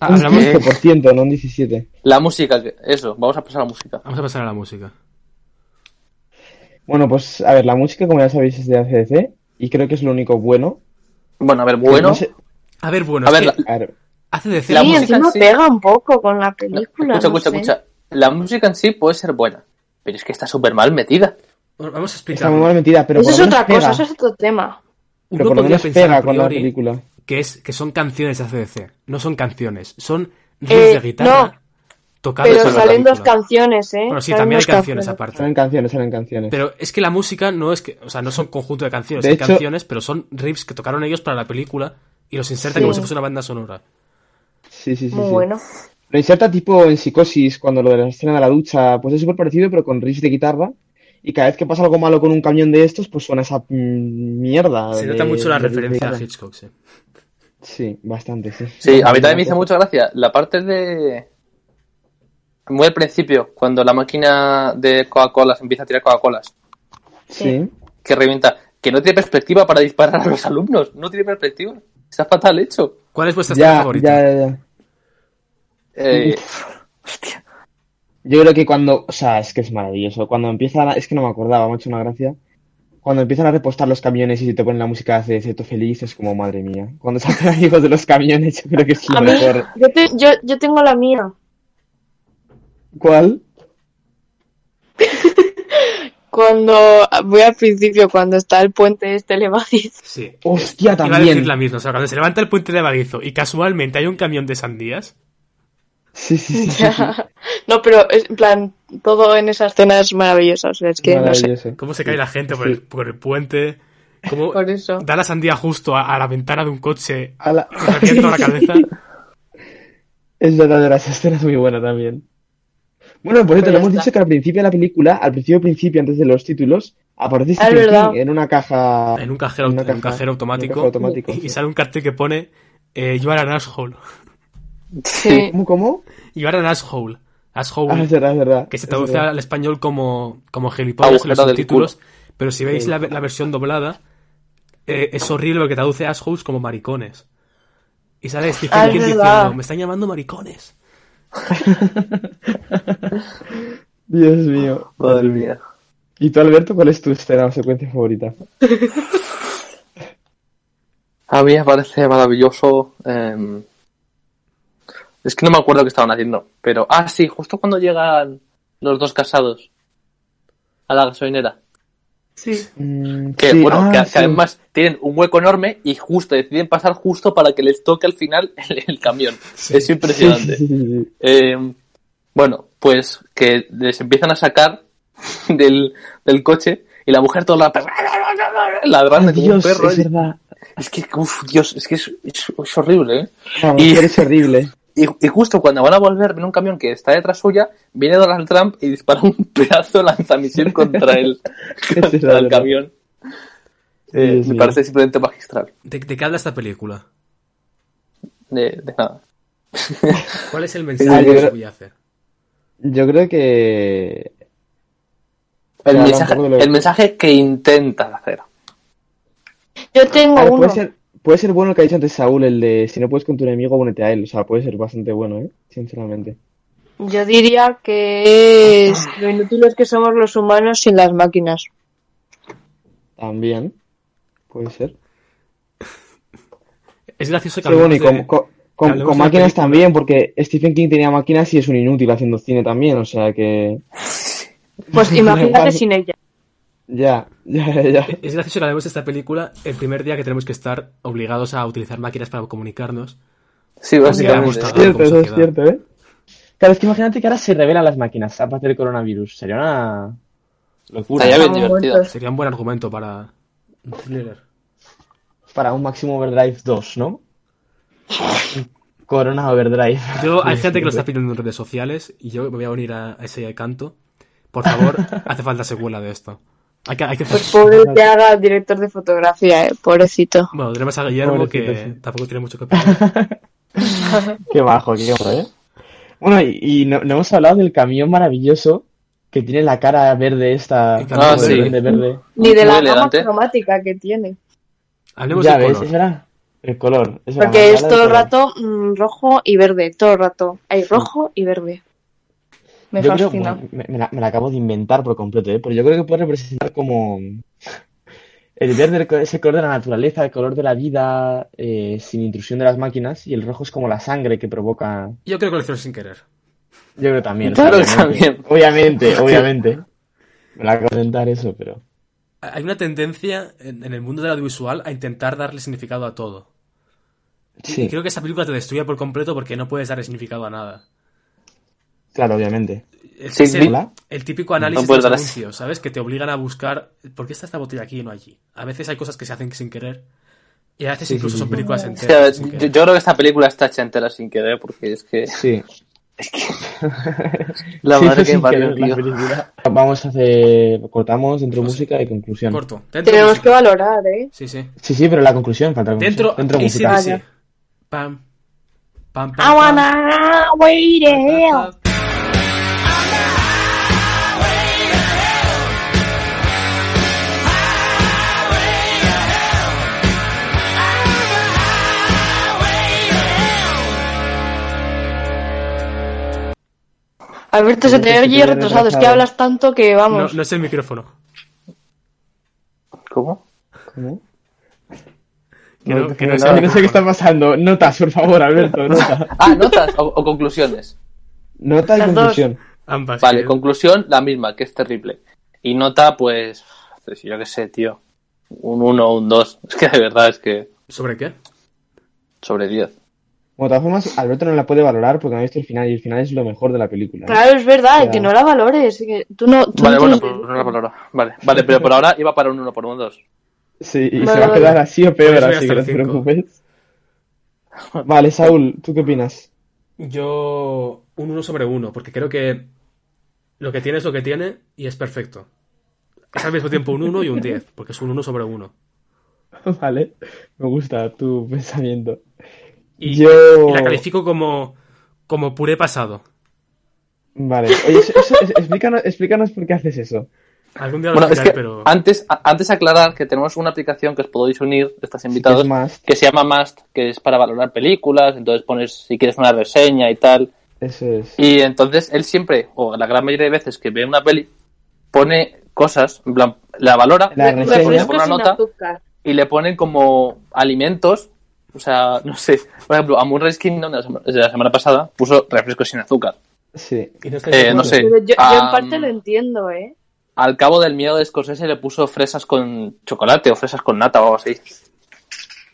[SPEAKER 3] Ah,
[SPEAKER 2] Un
[SPEAKER 3] hablamos-
[SPEAKER 2] 15%, no un 17.
[SPEAKER 4] la música, que- eso, vamos a pasar a la música.
[SPEAKER 3] Vamos a pasar a la música.
[SPEAKER 2] Bueno, pues a ver, la música, como ya sabéis, es de ACDC. Y creo que es lo único bueno.
[SPEAKER 4] Bueno, a ver, bueno.
[SPEAKER 2] No sé-
[SPEAKER 3] A ver, bueno,
[SPEAKER 4] A
[SPEAKER 3] es
[SPEAKER 4] ver,
[SPEAKER 3] que
[SPEAKER 4] la-
[SPEAKER 2] a ver,
[SPEAKER 3] hace de
[SPEAKER 5] Sí,
[SPEAKER 4] La música
[SPEAKER 5] encima
[SPEAKER 4] en sí-
[SPEAKER 5] pega un poco con la película.
[SPEAKER 4] escucha,
[SPEAKER 5] no
[SPEAKER 4] escucha,
[SPEAKER 5] sé.
[SPEAKER 4] escucha. La música en sí puede ser buena, pero es que está súper mal metida.
[SPEAKER 3] Vamos a
[SPEAKER 2] está muy mal
[SPEAKER 3] explicar.
[SPEAKER 2] metida, pero.
[SPEAKER 5] Eso
[SPEAKER 2] por
[SPEAKER 5] es
[SPEAKER 2] lo menos
[SPEAKER 5] otra cosa,
[SPEAKER 2] pega.
[SPEAKER 5] eso es otro tema.
[SPEAKER 2] Pero
[SPEAKER 3] Uno
[SPEAKER 2] por lo
[SPEAKER 3] podría
[SPEAKER 2] menos
[SPEAKER 3] pensar a
[SPEAKER 2] pega con la
[SPEAKER 3] priori
[SPEAKER 2] película.
[SPEAKER 3] que, es, que son canciones de ACDC. No son canciones, son riffs
[SPEAKER 5] Eh,
[SPEAKER 3] de guitarra tocados
[SPEAKER 5] Pero
[SPEAKER 4] eso es la
[SPEAKER 5] salen dos
[SPEAKER 3] película.
[SPEAKER 5] canciones, ¿eh?
[SPEAKER 3] Bueno, sí,
[SPEAKER 5] Salen
[SPEAKER 3] también hay
[SPEAKER 5] dos
[SPEAKER 3] canciones
[SPEAKER 2] Salen
[SPEAKER 3] aparte.
[SPEAKER 2] canciones, salen canciones.
[SPEAKER 3] Pero es que la música no es que, o sea, no son conjunto de canciones,
[SPEAKER 2] De
[SPEAKER 3] son
[SPEAKER 2] hecho-
[SPEAKER 3] canciones, pero son riffs que tocaron ellos para la película y los insertan
[SPEAKER 5] Sí.
[SPEAKER 3] como si fuese una banda sonora.
[SPEAKER 2] Sí, sí, sí.
[SPEAKER 5] Muy
[SPEAKER 2] sí.
[SPEAKER 5] bueno.
[SPEAKER 2] Lo inserta tipo en psicosis, cuando lo de la escena de la ducha, pues es súper parecido, pero con riffs de guitarra. Y cada vez que pasa algo malo con un camión de estos, pues suena esa mm, mierda.
[SPEAKER 3] Se
[SPEAKER 2] de-
[SPEAKER 3] nota mucho la
[SPEAKER 2] de riff de
[SPEAKER 3] referencia a
[SPEAKER 2] guitarra.
[SPEAKER 3] Hitchcock, sí.
[SPEAKER 2] Sí, bastante, sí.
[SPEAKER 4] Sí, a mí también me hizo mucha gracia la parte de. Muy al principio, cuando la máquina de Coca-Colas empieza a tirar Coca-Colas,
[SPEAKER 2] Sí.
[SPEAKER 4] que revienta, que no tiene perspectiva para disparar a los alumnos, no tiene perspectiva. Está fatal hecho.
[SPEAKER 3] ¿Cuál es vuestra escena
[SPEAKER 2] Ya,
[SPEAKER 3] favorita?
[SPEAKER 2] ya, ya, ya.
[SPEAKER 4] Eh,
[SPEAKER 2] Yo creo que cuando, o sea, es que es maravilloso. Cuando empiezan, a- es que no me acordaba, me ha hecho una gracia. Cuando empiezan a repostar los camiones y se te ponen la música de Ceto Feliz, es como, madre mía. Cuando sacan amigos de los camiones, yo creo que es lo
[SPEAKER 5] A mí,
[SPEAKER 2] mejor.
[SPEAKER 5] yo, te- yo, yo tengo la mía.
[SPEAKER 2] ¿Cuál?
[SPEAKER 5] Cuando voy al principio, cuando está el puente este levadizo.
[SPEAKER 3] Sí.
[SPEAKER 2] Hostia,
[SPEAKER 3] Iba a decir
[SPEAKER 2] también.
[SPEAKER 3] la misma, o sea, cuando se levanta el puente de Badizo y casualmente hay un camión de sandías,
[SPEAKER 2] Sí, sí, sí, sí, sí.
[SPEAKER 5] Ya. No, pero es- en plan, todo en esa escena es maravilloso. O sea, es que no sé.
[SPEAKER 2] Maravilloso.
[SPEAKER 3] cómo se cae la gente por
[SPEAKER 2] Sí.
[SPEAKER 3] el, por el puente, cómo
[SPEAKER 5] Por eso.
[SPEAKER 3] da la sandía justo a, a la ventana de un coche
[SPEAKER 2] A la-
[SPEAKER 3] y revienta la cabeza.
[SPEAKER 2] Es verdad, verdad, esa escena es muy buena también. Bueno, por cierto, le
[SPEAKER 5] Pues ya
[SPEAKER 2] hemos
[SPEAKER 5] está.
[SPEAKER 2] dicho que al principio de la película, al principio, principio, antes de los títulos, aparece
[SPEAKER 5] Ah, es
[SPEAKER 2] Stephen
[SPEAKER 5] verdad.
[SPEAKER 2] King en una caja.
[SPEAKER 3] En un cajero,
[SPEAKER 2] en una
[SPEAKER 3] en un
[SPEAKER 2] caja-
[SPEAKER 3] cajero automático,
[SPEAKER 2] en un cajero automático,
[SPEAKER 3] y, y
[SPEAKER 2] sí.
[SPEAKER 3] sale un cartel que pone eh, You are an asshole.
[SPEAKER 5] Sí.
[SPEAKER 2] ¿Cómo, cómo?
[SPEAKER 3] You are an asshole. Asshole.
[SPEAKER 2] Ah, es verdad, es verdad.
[SPEAKER 3] que se
[SPEAKER 2] es
[SPEAKER 3] traduce
[SPEAKER 2] verdad.
[SPEAKER 3] al español como, como gilipollas en los
[SPEAKER 4] Agujero del
[SPEAKER 3] subtítulos. Pero si veis la, la versión doblada, eh, es horrible porque traduce assholes como maricones. Y sale
[SPEAKER 5] Ah,
[SPEAKER 3] Stephen
[SPEAKER 5] es
[SPEAKER 3] King
[SPEAKER 5] verdad.
[SPEAKER 3] diciendo, me están llamando maricones.
[SPEAKER 2] Dios mío.
[SPEAKER 4] madre mía.
[SPEAKER 2] ¿Y tú, Alberto, cuál es tu escena o secuencia favorita?
[SPEAKER 4] A mí me parece maravilloso. eh, Es que no me acuerdo qué estaban haciendo. Pero, ah, sí, justo cuando llegan los dos casados a la gasolinera.
[SPEAKER 5] Sí.
[SPEAKER 2] Mm,
[SPEAKER 4] Que,
[SPEAKER 2] sí,
[SPEAKER 4] bueno,
[SPEAKER 2] ah,
[SPEAKER 4] que, que
[SPEAKER 2] sí.
[SPEAKER 4] además tienen un hueco enorme y justo deciden pasar justo para que les toque al final el, el camión. Es
[SPEAKER 2] Sí,
[SPEAKER 4] impresionante.
[SPEAKER 2] sí, sí, sí.
[SPEAKER 4] Eh, bueno, pues que les empiezan a sacar del, del coche y la mujer toda la ladrando como un
[SPEAKER 2] Dios,
[SPEAKER 4] perro.
[SPEAKER 2] es
[SPEAKER 4] Es,
[SPEAKER 2] verdad.
[SPEAKER 4] que, uff, Dios, es que es, es- es horrible, ¿eh?
[SPEAKER 2] La
[SPEAKER 4] Y-
[SPEAKER 2] mujer es horrible.
[SPEAKER 4] Y, y justo cuando van a volver, viene un camión que está detrás suya, viene Donald Trump y dispara un pedazo de lanzamisil contra el,
[SPEAKER 2] Es
[SPEAKER 4] contra
[SPEAKER 2] verdad,
[SPEAKER 4] el
[SPEAKER 2] verdad.
[SPEAKER 4] camión. Eh,
[SPEAKER 2] Dios
[SPEAKER 4] me
[SPEAKER 2] mío.
[SPEAKER 4] parece simplemente magistral.
[SPEAKER 3] ¿De, de qué habla esta película?
[SPEAKER 4] De, de nada.
[SPEAKER 3] ¿Cuál es el
[SPEAKER 2] Ah,
[SPEAKER 3] mensaje
[SPEAKER 2] yo
[SPEAKER 3] que
[SPEAKER 2] creo-
[SPEAKER 3] voy a hacer?
[SPEAKER 2] Yo creo que.
[SPEAKER 4] El,
[SPEAKER 2] Habla un
[SPEAKER 4] mensaje,
[SPEAKER 2] poco de lo-
[SPEAKER 4] el mensaje que intentas hacer.
[SPEAKER 5] Yo tengo
[SPEAKER 2] A ver,
[SPEAKER 5] uno.
[SPEAKER 2] Ah, puede ser, puede ser bueno el que ha dicho antes Saúl, el de si no puedes con tu enemigo, únete a él. O sea, puede ser bastante bueno, ¿eh? Sinceramente.
[SPEAKER 5] Yo diría que es lo inútiles que somos los humanos sin las máquinas.
[SPEAKER 2] También. Puede ser.
[SPEAKER 3] Es gracioso que
[SPEAKER 2] Sí, bueno, y
[SPEAKER 3] hablemos
[SPEAKER 2] con,
[SPEAKER 3] de-
[SPEAKER 2] con- con-
[SPEAKER 3] hablemos
[SPEAKER 2] con
[SPEAKER 3] de la
[SPEAKER 2] máquinas
[SPEAKER 3] película.
[SPEAKER 2] también, porque Stephen King tenía máquinas y es un inútil haciendo cine también, o sea que.
[SPEAKER 5] Pues imagínate
[SPEAKER 2] Igual.
[SPEAKER 5] sin ella.
[SPEAKER 2] Ya, ya, ya.
[SPEAKER 3] Es gracioso que hablemos de esta película el primer día que tenemos que estar obligados a utilizar máquinas para comunicarnos.
[SPEAKER 4] Sí, básicamente.
[SPEAKER 3] gusta.
[SPEAKER 2] Es cierto,
[SPEAKER 3] como
[SPEAKER 2] eso es
[SPEAKER 3] sociedad.
[SPEAKER 2] cierto, ¿eh? Claro, es que imagínate que ahora se revelan las máquinas a partir del coronavirus. Sería una locura.
[SPEAKER 4] Estaría bien
[SPEAKER 5] Estamos
[SPEAKER 4] divertido.
[SPEAKER 5] muertos.
[SPEAKER 3] Sería un buen argumento para un thriller.
[SPEAKER 2] Para un Maximum Overdrive 2, ¿no? Corona Overdrive.
[SPEAKER 3] Yo, hay gente que lo está pidiendo en redes sociales y yo me voy a unir a a ese canto. Por favor, hace falta secuela de esto. Hay que, hay que
[SPEAKER 5] Pues
[SPEAKER 3] hacer...
[SPEAKER 5] pobre te haga director de fotografía, eh, pobrecito.
[SPEAKER 3] Bueno, tenemos a Guillermo
[SPEAKER 2] Pobrecito,
[SPEAKER 3] que
[SPEAKER 2] sí.
[SPEAKER 3] tampoco tiene mucho que opinar.
[SPEAKER 2] Qué bajo, qué bajo, ¿eh? Bueno, y, y no, no hemos hablado del camión maravilloso que tiene la cara verde esta.
[SPEAKER 3] El camión
[SPEAKER 2] como de
[SPEAKER 4] verde.
[SPEAKER 2] duende verde.
[SPEAKER 5] Ni de la
[SPEAKER 4] Muy
[SPEAKER 5] gama
[SPEAKER 4] elegante.
[SPEAKER 5] cromática que tiene.
[SPEAKER 3] Hablemos
[SPEAKER 2] ya
[SPEAKER 3] de
[SPEAKER 2] ves,
[SPEAKER 3] color.
[SPEAKER 2] es verdad. El color. es verdad,
[SPEAKER 5] Porque
[SPEAKER 2] me
[SPEAKER 5] es
[SPEAKER 2] habla
[SPEAKER 5] todo
[SPEAKER 2] del
[SPEAKER 5] el
[SPEAKER 2] color.
[SPEAKER 5] rato mm, rojo y verde, todo el rato. Hay rojo y verde. Me
[SPEAKER 2] Yo creo-
[SPEAKER 5] fascina.
[SPEAKER 2] bueno, me, me la, me la acabo de inventar por completo, ¿eh? Pero yo creo que puede representar como. El verde co- es el color de la naturaleza, el color de la vida, eh, sin intrusión de las máquinas, y el rojo es como la sangre que provoca.
[SPEAKER 3] Yo creo que lo hicieron sin querer.
[SPEAKER 2] Yo creo también. o sea,
[SPEAKER 4] Claro que
[SPEAKER 2] obviamente.
[SPEAKER 4] también.
[SPEAKER 2] Obviamente, obviamente. Me la acabo de inventar eso, pero.
[SPEAKER 3] Hay una tendencia en, en el mundo del audiovisual a intentar darle significado a todo. Y-
[SPEAKER 2] Sí,
[SPEAKER 3] Y creo que esa película te destruye por completo porque no puedes darle significado a nada.
[SPEAKER 2] claro, obviamente.
[SPEAKER 3] Es,
[SPEAKER 4] Sí,
[SPEAKER 3] es el,
[SPEAKER 2] Hola.
[SPEAKER 3] el típico análisis
[SPEAKER 4] No
[SPEAKER 3] de
[SPEAKER 4] puedes
[SPEAKER 3] los
[SPEAKER 4] dar-
[SPEAKER 3] anuncios, ¿sabes? Que te obligan a buscar por qué está esta botella aquí y no allí. A veces hay cosas que se hacen sin querer. Y a veces
[SPEAKER 2] Sí, sí,
[SPEAKER 3] incluso
[SPEAKER 2] sí,
[SPEAKER 3] son
[SPEAKER 2] sí.
[SPEAKER 3] películas
[SPEAKER 4] O sea,
[SPEAKER 3] enteras. sin
[SPEAKER 4] yo,
[SPEAKER 3] querer.
[SPEAKER 4] yo creo que esta película está hecha entera sin querer, porque es que
[SPEAKER 2] Sí.
[SPEAKER 4] la
[SPEAKER 2] Sí,
[SPEAKER 4] madre
[SPEAKER 2] eso
[SPEAKER 4] que
[SPEAKER 2] sin
[SPEAKER 4] me parió,
[SPEAKER 2] querer, la
[SPEAKER 4] tío.
[SPEAKER 2] película. Vamos a hacer. Cortamos dentro
[SPEAKER 3] No sé.
[SPEAKER 2] música y conclusión.
[SPEAKER 3] Corto. Dentro
[SPEAKER 5] Tenemos
[SPEAKER 3] música.
[SPEAKER 5] que valorar, ¿eh?
[SPEAKER 3] Sí, sí.
[SPEAKER 2] Sí, sí, pero la conclusión falta la
[SPEAKER 3] Dentro,
[SPEAKER 2] conclusión. Dentro
[SPEAKER 3] AC/DC.
[SPEAKER 2] música.
[SPEAKER 5] Vale.
[SPEAKER 3] Pam. Pam, pam,
[SPEAKER 5] I
[SPEAKER 3] pam.
[SPEAKER 5] wanna wait eh.
[SPEAKER 3] Pa, pa,
[SPEAKER 5] it.
[SPEAKER 3] pa.
[SPEAKER 5] Alberto, se te
[SPEAKER 2] Sí, sí,
[SPEAKER 5] oye
[SPEAKER 2] sí,
[SPEAKER 5] retrasado. Es que
[SPEAKER 2] retrasado.
[SPEAKER 5] hablas tanto que
[SPEAKER 3] No,
[SPEAKER 5] vamos.
[SPEAKER 3] no es el micrófono.
[SPEAKER 4] ¿Cómo?
[SPEAKER 2] ¿Cómo?
[SPEAKER 3] Que no, que no es
[SPEAKER 2] No,
[SPEAKER 3] el
[SPEAKER 2] no sé qué está
[SPEAKER 3] micrófono.
[SPEAKER 2] pasando. Notas, por favor, Alberto, nota.
[SPEAKER 4] Ah, notas o, o conclusiones.
[SPEAKER 2] Nota y
[SPEAKER 5] Las dos.
[SPEAKER 2] conclusión.
[SPEAKER 3] Ambas. Eh,
[SPEAKER 4] Vale,
[SPEAKER 3] que-
[SPEAKER 4] conclusión la misma, que es terrible. Y nota, pues, pues, yo qué sé, tío. Un 1 un 2. Es que de verdad es que
[SPEAKER 3] ¿Sobre qué?
[SPEAKER 4] sobre 10.
[SPEAKER 2] Bueno, de todas formas, Alberto no la puede valorar porque no ha visto el final y el final es lo mejor de la película. ¿eh?
[SPEAKER 5] Claro, es verdad,
[SPEAKER 2] Ya.
[SPEAKER 5] que no la valores. que tú no, tú
[SPEAKER 4] Vale,
[SPEAKER 5] no
[SPEAKER 4] bueno, pues
[SPEAKER 5] tienes-
[SPEAKER 4] no la palabra. Vale, vale, pero por ahora iba para un 1 por un 2.
[SPEAKER 2] Sí, y
[SPEAKER 5] Vale,
[SPEAKER 2] se va a
[SPEAKER 5] vale.
[SPEAKER 2] quedar así o peor,
[SPEAKER 3] Por eso voy
[SPEAKER 2] así
[SPEAKER 3] hasta
[SPEAKER 2] que no
[SPEAKER 3] el
[SPEAKER 2] te
[SPEAKER 3] cinco.
[SPEAKER 2] preocupes. Vale, Saúl, ¿tú qué opinas?
[SPEAKER 3] Yo un 1 sobre 1, porque creo que lo que tiene es lo que tiene y es perfecto. Es al mismo tiempo un 1 y un 10, porque es un 1 sobre 1.
[SPEAKER 2] Vale, me gusta tu pensamiento.
[SPEAKER 3] Y,
[SPEAKER 2] Yo.
[SPEAKER 3] y
[SPEAKER 4] Oh.
[SPEAKER 3] la califico como, como puré pasado.
[SPEAKER 2] Vale, oye, eso- eso- es- explícanos, explícanos por qué haces eso.
[SPEAKER 3] Algún día lo
[SPEAKER 4] Bueno, es
[SPEAKER 3] explicaré,
[SPEAKER 4] que
[SPEAKER 3] pero...
[SPEAKER 4] antes, a- antes aclarar que tenemos una aplicación que os podéis unir, estás invitados,
[SPEAKER 2] Es más,
[SPEAKER 4] que se llama Must, que es para valorar películas, entonces pones si quieres una reseña y tal.
[SPEAKER 2] eso es.
[SPEAKER 4] Y entonces él siempre, o la gran mayoría de veces que ve una peli, pone cosas, en plan, la valora,
[SPEAKER 2] La
[SPEAKER 4] le
[SPEAKER 2] reseña.
[SPEAKER 4] pone
[SPEAKER 5] refresco
[SPEAKER 4] una
[SPEAKER 5] sin
[SPEAKER 4] nota
[SPEAKER 5] azúcar.
[SPEAKER 4] y le ponen como alimentos. O sea, no sé. Por ejemplo, a Murray's Kingdom de la semana, de la semana pasada puso refresco sin azúcar.
[SPEAKER 2] Sí.
[SPEAKER 3] y no estoy de
[SPEAKER 4] Eh, no
[SPEAKER 3] acuerdo.
[SPEAKER 4] sé.
[SPEAKER 5] Pero yo, yo en
[SPEAKER 4] am,
[SPEAKER 5] parte lo entiendo, ¿eh?
[SPEAKER 4] Al cabo del miedo de Scorsese le puso fresas con chocolate o fresas con nata o algo así.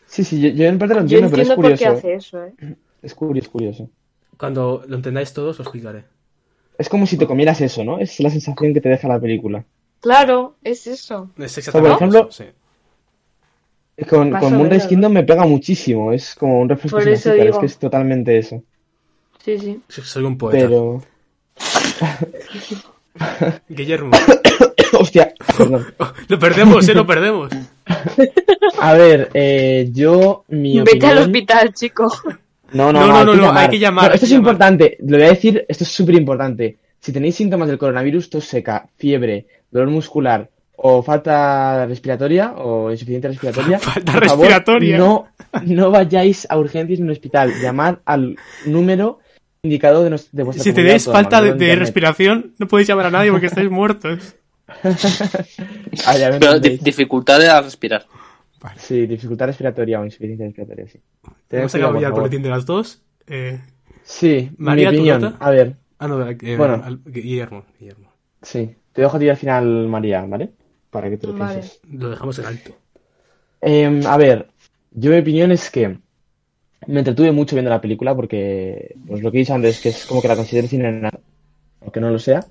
[SPEAKER 2] Sí, sí, yo, yo en parte lo
[SPEAKER 5] Yo
[SPEAKER 2] entiendo, pero es
[SPEAKER 5] entiendo por qué
[SPEAKER 2] curioso.
[SPEAKER 5] hace eso, ¿eh?
[SPEAKER 2] Es curioso, es curioso.
[SPEAKER 3] Cuando lo entendáis todos, os explicaré.
[SPEAKER 2] Es como si te comieras eso, ¿no? Es la sensación que te deja la película.
[SPEAKER 5] Claro, es eso.
[SPEAKER 3] Es
[SPEAKER 2] por ejemplo-
[SPEAKER 3] eso, sí.
[SPEAKER 2] Con,
[SPEAKER 5] Más
[SPEAKER 2] con
[SPEAKER 5] o
[SPEAKER 2] Moonrise
[SPEAKER 5] menos.
[SPEAKER 2] Kingdom me pega muchísimo, es como un refresco
[SPEAKER 5] Por
[SPEAKER 2] sin
[SPEAKER 5] eso
[SPEAKER 2] azúcar,
[SPEAKER 5] digo.
[SPEAKER 2] es que es totalmente eso.
[SPEAKER 5] Sí, sí.
[SPEAKER 3] Soy un poeta.
[SPEAKER 2] Pero
[SPEAKER 3] Guillermo,
[SPEAKER 2] Hostia, perdón.
[SPEAKER 3] Lo perdemos, eh, lo perdemos.
[SPEAKER 2] A ver, eh, yo, mi
[SPEAKER 5] Vete al
[SPEAKER 2] opinión-
[SPEAKER 5] hospital, chico.
[SPEAKER 2] No, no,
[SPEAKER 3] No,
[SPEAKER 2] no,
[SPEAKER 3] no, no, no, hay que llamar,
[SPEAKER 2] Pero
[SPEAKER 3] hay que
[SPEAKER 2] esto es
[SPEAKER 3] llamar.
[SPEAKER 2] importante, lo voy a decir, esto es súper importante. Si tenéis síntomas del coronavirus, tos seca, fiebre, dolor muscular o falta respiratoria o insuficiencia respiratoria,
[SPEAKER 3] Falta
[SPEAKER 2] por favor,
[SPEAKER 3] respiratoria.
[SPEAKER 2] no, no vayáis a urgencias en un hospital. Llamad al número indicado de, nos- de vuestra
[SPEAKER 3] Si
[SPEAKER 2] comunidad
[SPEAKER 3] tenéis
[SPEAKER 2] autónoma,
[SPEAKER 3] falta
[SPEAKER 2] no
[SPEAKER 3] de,
[SPEAKER 2] en
[SPEAKER 3] de
[SPEAKER 2] internet.
[SPEAKER 3] respiración, no podéis llamar a nadie porque estáis muertos.
[SPEAKER 2] Ah, ya me
[SPEAKER 4] Pero di-
[SPEAKER 2] entendéis.
[SPEAKER 4] dificultad de respirar.
[SPEAKER 2] Sí, dificultad respiratoria o insuficiencia respiratoria, sí. Tened
[SPEAKER 3] Hemos
[SPEAKER 2] cuidado,
[SPEAKER 3] acabado ya el
[SPEAKER 2] por favor.
[SPEAKER 3] boletín de las dos. Eh,
[SPEAKER 2] Sí,
[SPEAKER 3] María, ¿tu
[SPEAKER 2] mi opinión.
[SPEAKER 3] nota?
[SPEAKER 2] A ver,
[SPEAKER 3] ah, no, eh,
[SPEAKER 2] Bueno.
[SPEAKER 3] al- Guillermo, Guillermo.
[SPEAKER 2] sí. Te dejo a ti al final, María, ¿vale? Para que te lo
[SPEAKER 5] Vale.
[SPEAKER 2] pienses.
[SPEAKER 3] Lo dejamos en alto.
[SPEAKER 2] Eh, a ver, yo mi opinión es que me entretuve mucho viendo la película porque, pues lo que he dicho antes, que es como que la considero cine nacional, aunque no lo sea,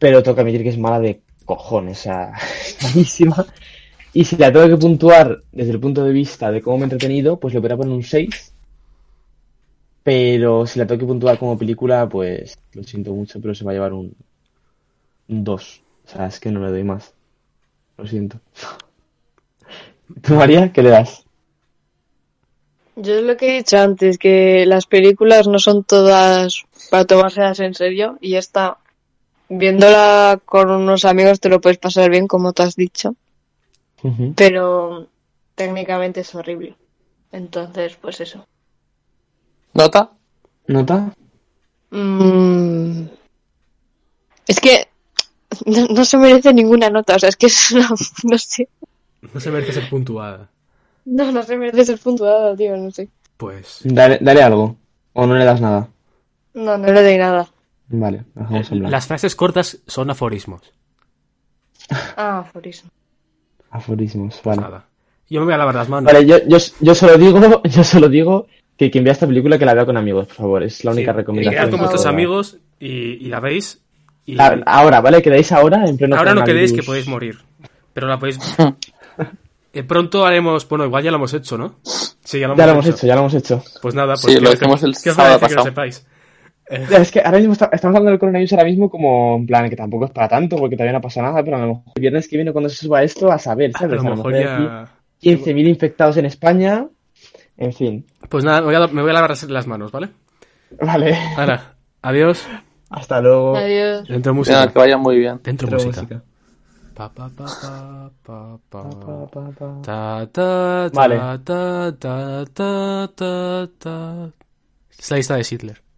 [SPEAKER 2] pero tengo que admitir que es mala de cojones, o sea, es malísima. Y si la tengo que puntuar desde el punto de vista de cómo me he entretenido, pues le voy a poner un 6. Pero si la tengo que puntuar como película, pues lo siento mucho, pero se va a llevar un, un 2. O sea, es que no le doy más. Lo siento. ¿Tú, María, qué le das?
[SPEAKER 5] Yo es lo que he dicho antes, que las películas no son todas para tomárselas en serio y esta, viéndola con unos amigos te lo puedes pasar bien, como tú has dicho, pero técnicamente es horrible. Entonces, pues eso.
[SPEAKER 4] ¿Nota?
[SPEAKER 2] ¿Nota?
[SPEAKER 5] Mm. Es que no, no se merece ninguna nota, o sea, es que es una... No sé.
[SPEAKER 3] No se merece ser puntuada.
[SPEAKER 5] No, no se merece ser puntuado, tío, no sé.
[SPEAKER 3] Pues.
[SPEAKER 2] Dale, dale algo. O no le das nada.
[SPEAKER 5] No, no le doy nada.
[SPEAKER 2] Vale, lo dejamos en blanco.
[SPEAKER 3] Las frases cortas son aforismos.
[SPEAKER 5] Ah, aforismo.
[SPEAKER 2] Aforismos, vale.
[SPEAKER 3] Nada. Yo me voy a lavar las manos.
[SPEAKER 2] Vale, yo, yo, yo solo digo, yo solo digo que quien vea esta película que la vea con amigos, por favor. Es la única
[SPEAKER 3] Sí,
[SPEAKER 2] recomendación.
[SPEAKER 3] Quedad con
[SPEAKER 2] que
[SPEAKER 3] vuestros
[SPEAKER 2] puedo dar.
[SPEAKER 3] amigos y, y la veis. Y
[SPEAKER 2] La- Ah, ahora, ¿vale? Quedáis ahora en pleno
[SPEAKER 3] ahora no quedéis que
[SPEAKER 2] coronavirus.
[SPEAKER 3] podéis morir. Pero la podéis. Eh, pronto haremos. Bueno, igual ya lo hemos hecho, ¿no? Sí, ya lo hemos,
[SPEAKER 2] Ya lo hemos hecho, ya lo hemos hecho.
[SPEAKER 3] Pues nada, pues
[SPEAKER 4] Sí,
[SPEAKER 3] que
[SPEAKER 4] lo
[SPEAKER 3] os-
[SPEAKER 4] hicimos el
[SPEAKER 3] que os voy a
[SPEAKER 4] sábado
[SPEAKER 3] decir que lo
[SPEAKER 4] pasado.
[SPEAKER 3] sepáis.
[SPEAKER 2] Ya, es que ahora mismo está- estamos hablando del coronavirus ahora mismo como en plan que tampoco es para tanto porque todavía no pasa nada, pero a lo mejor el viernes que viene cuando se suba esto a saber,
[SPEAKER 3] Ah, A
[SPEAKER 2] ¿sabes?
[SPEAKER 3] lo mejor
[SPEAKER 2] hay aquí
[SPEAKER 3] ya.
[SPEAKER 2] 15.000 infectados en España. En fin.
[SPEAKER 3] Pues nada, me voy a, me voy a lavar las manos, ¿vale?
[SPEAKER 2] Vale.
[SPEAKER 3] Ahora, adiós.
[SPEAKER 2] Hasta luego.
[SPEAKER 5] Adiós.
[SPEAKER 3] Dentro
[SPEAKER 4] Venga,
[SPEAKER 3] música.
[SPEAKER 4] que vaya muy bien.
[SPEAKER 3] Dentro
[SPEAKER 2] Pero
[SPEAKER 3] música.
[SPEAKER 2] música.
[SPEAKER 3] Pa, pa, pa, pa, pa,
[SPEAKER 2] Pa,
[SPEAKER 3] pa.
[SPEAKER 2] pa, pa, pa.
[SPEAKER 3] Ta, ta, ta,
[SPEAKER 2] Vale.
[SPEAKER 3] ta, ta, ta, ta, ta. Es la lista de Hitler.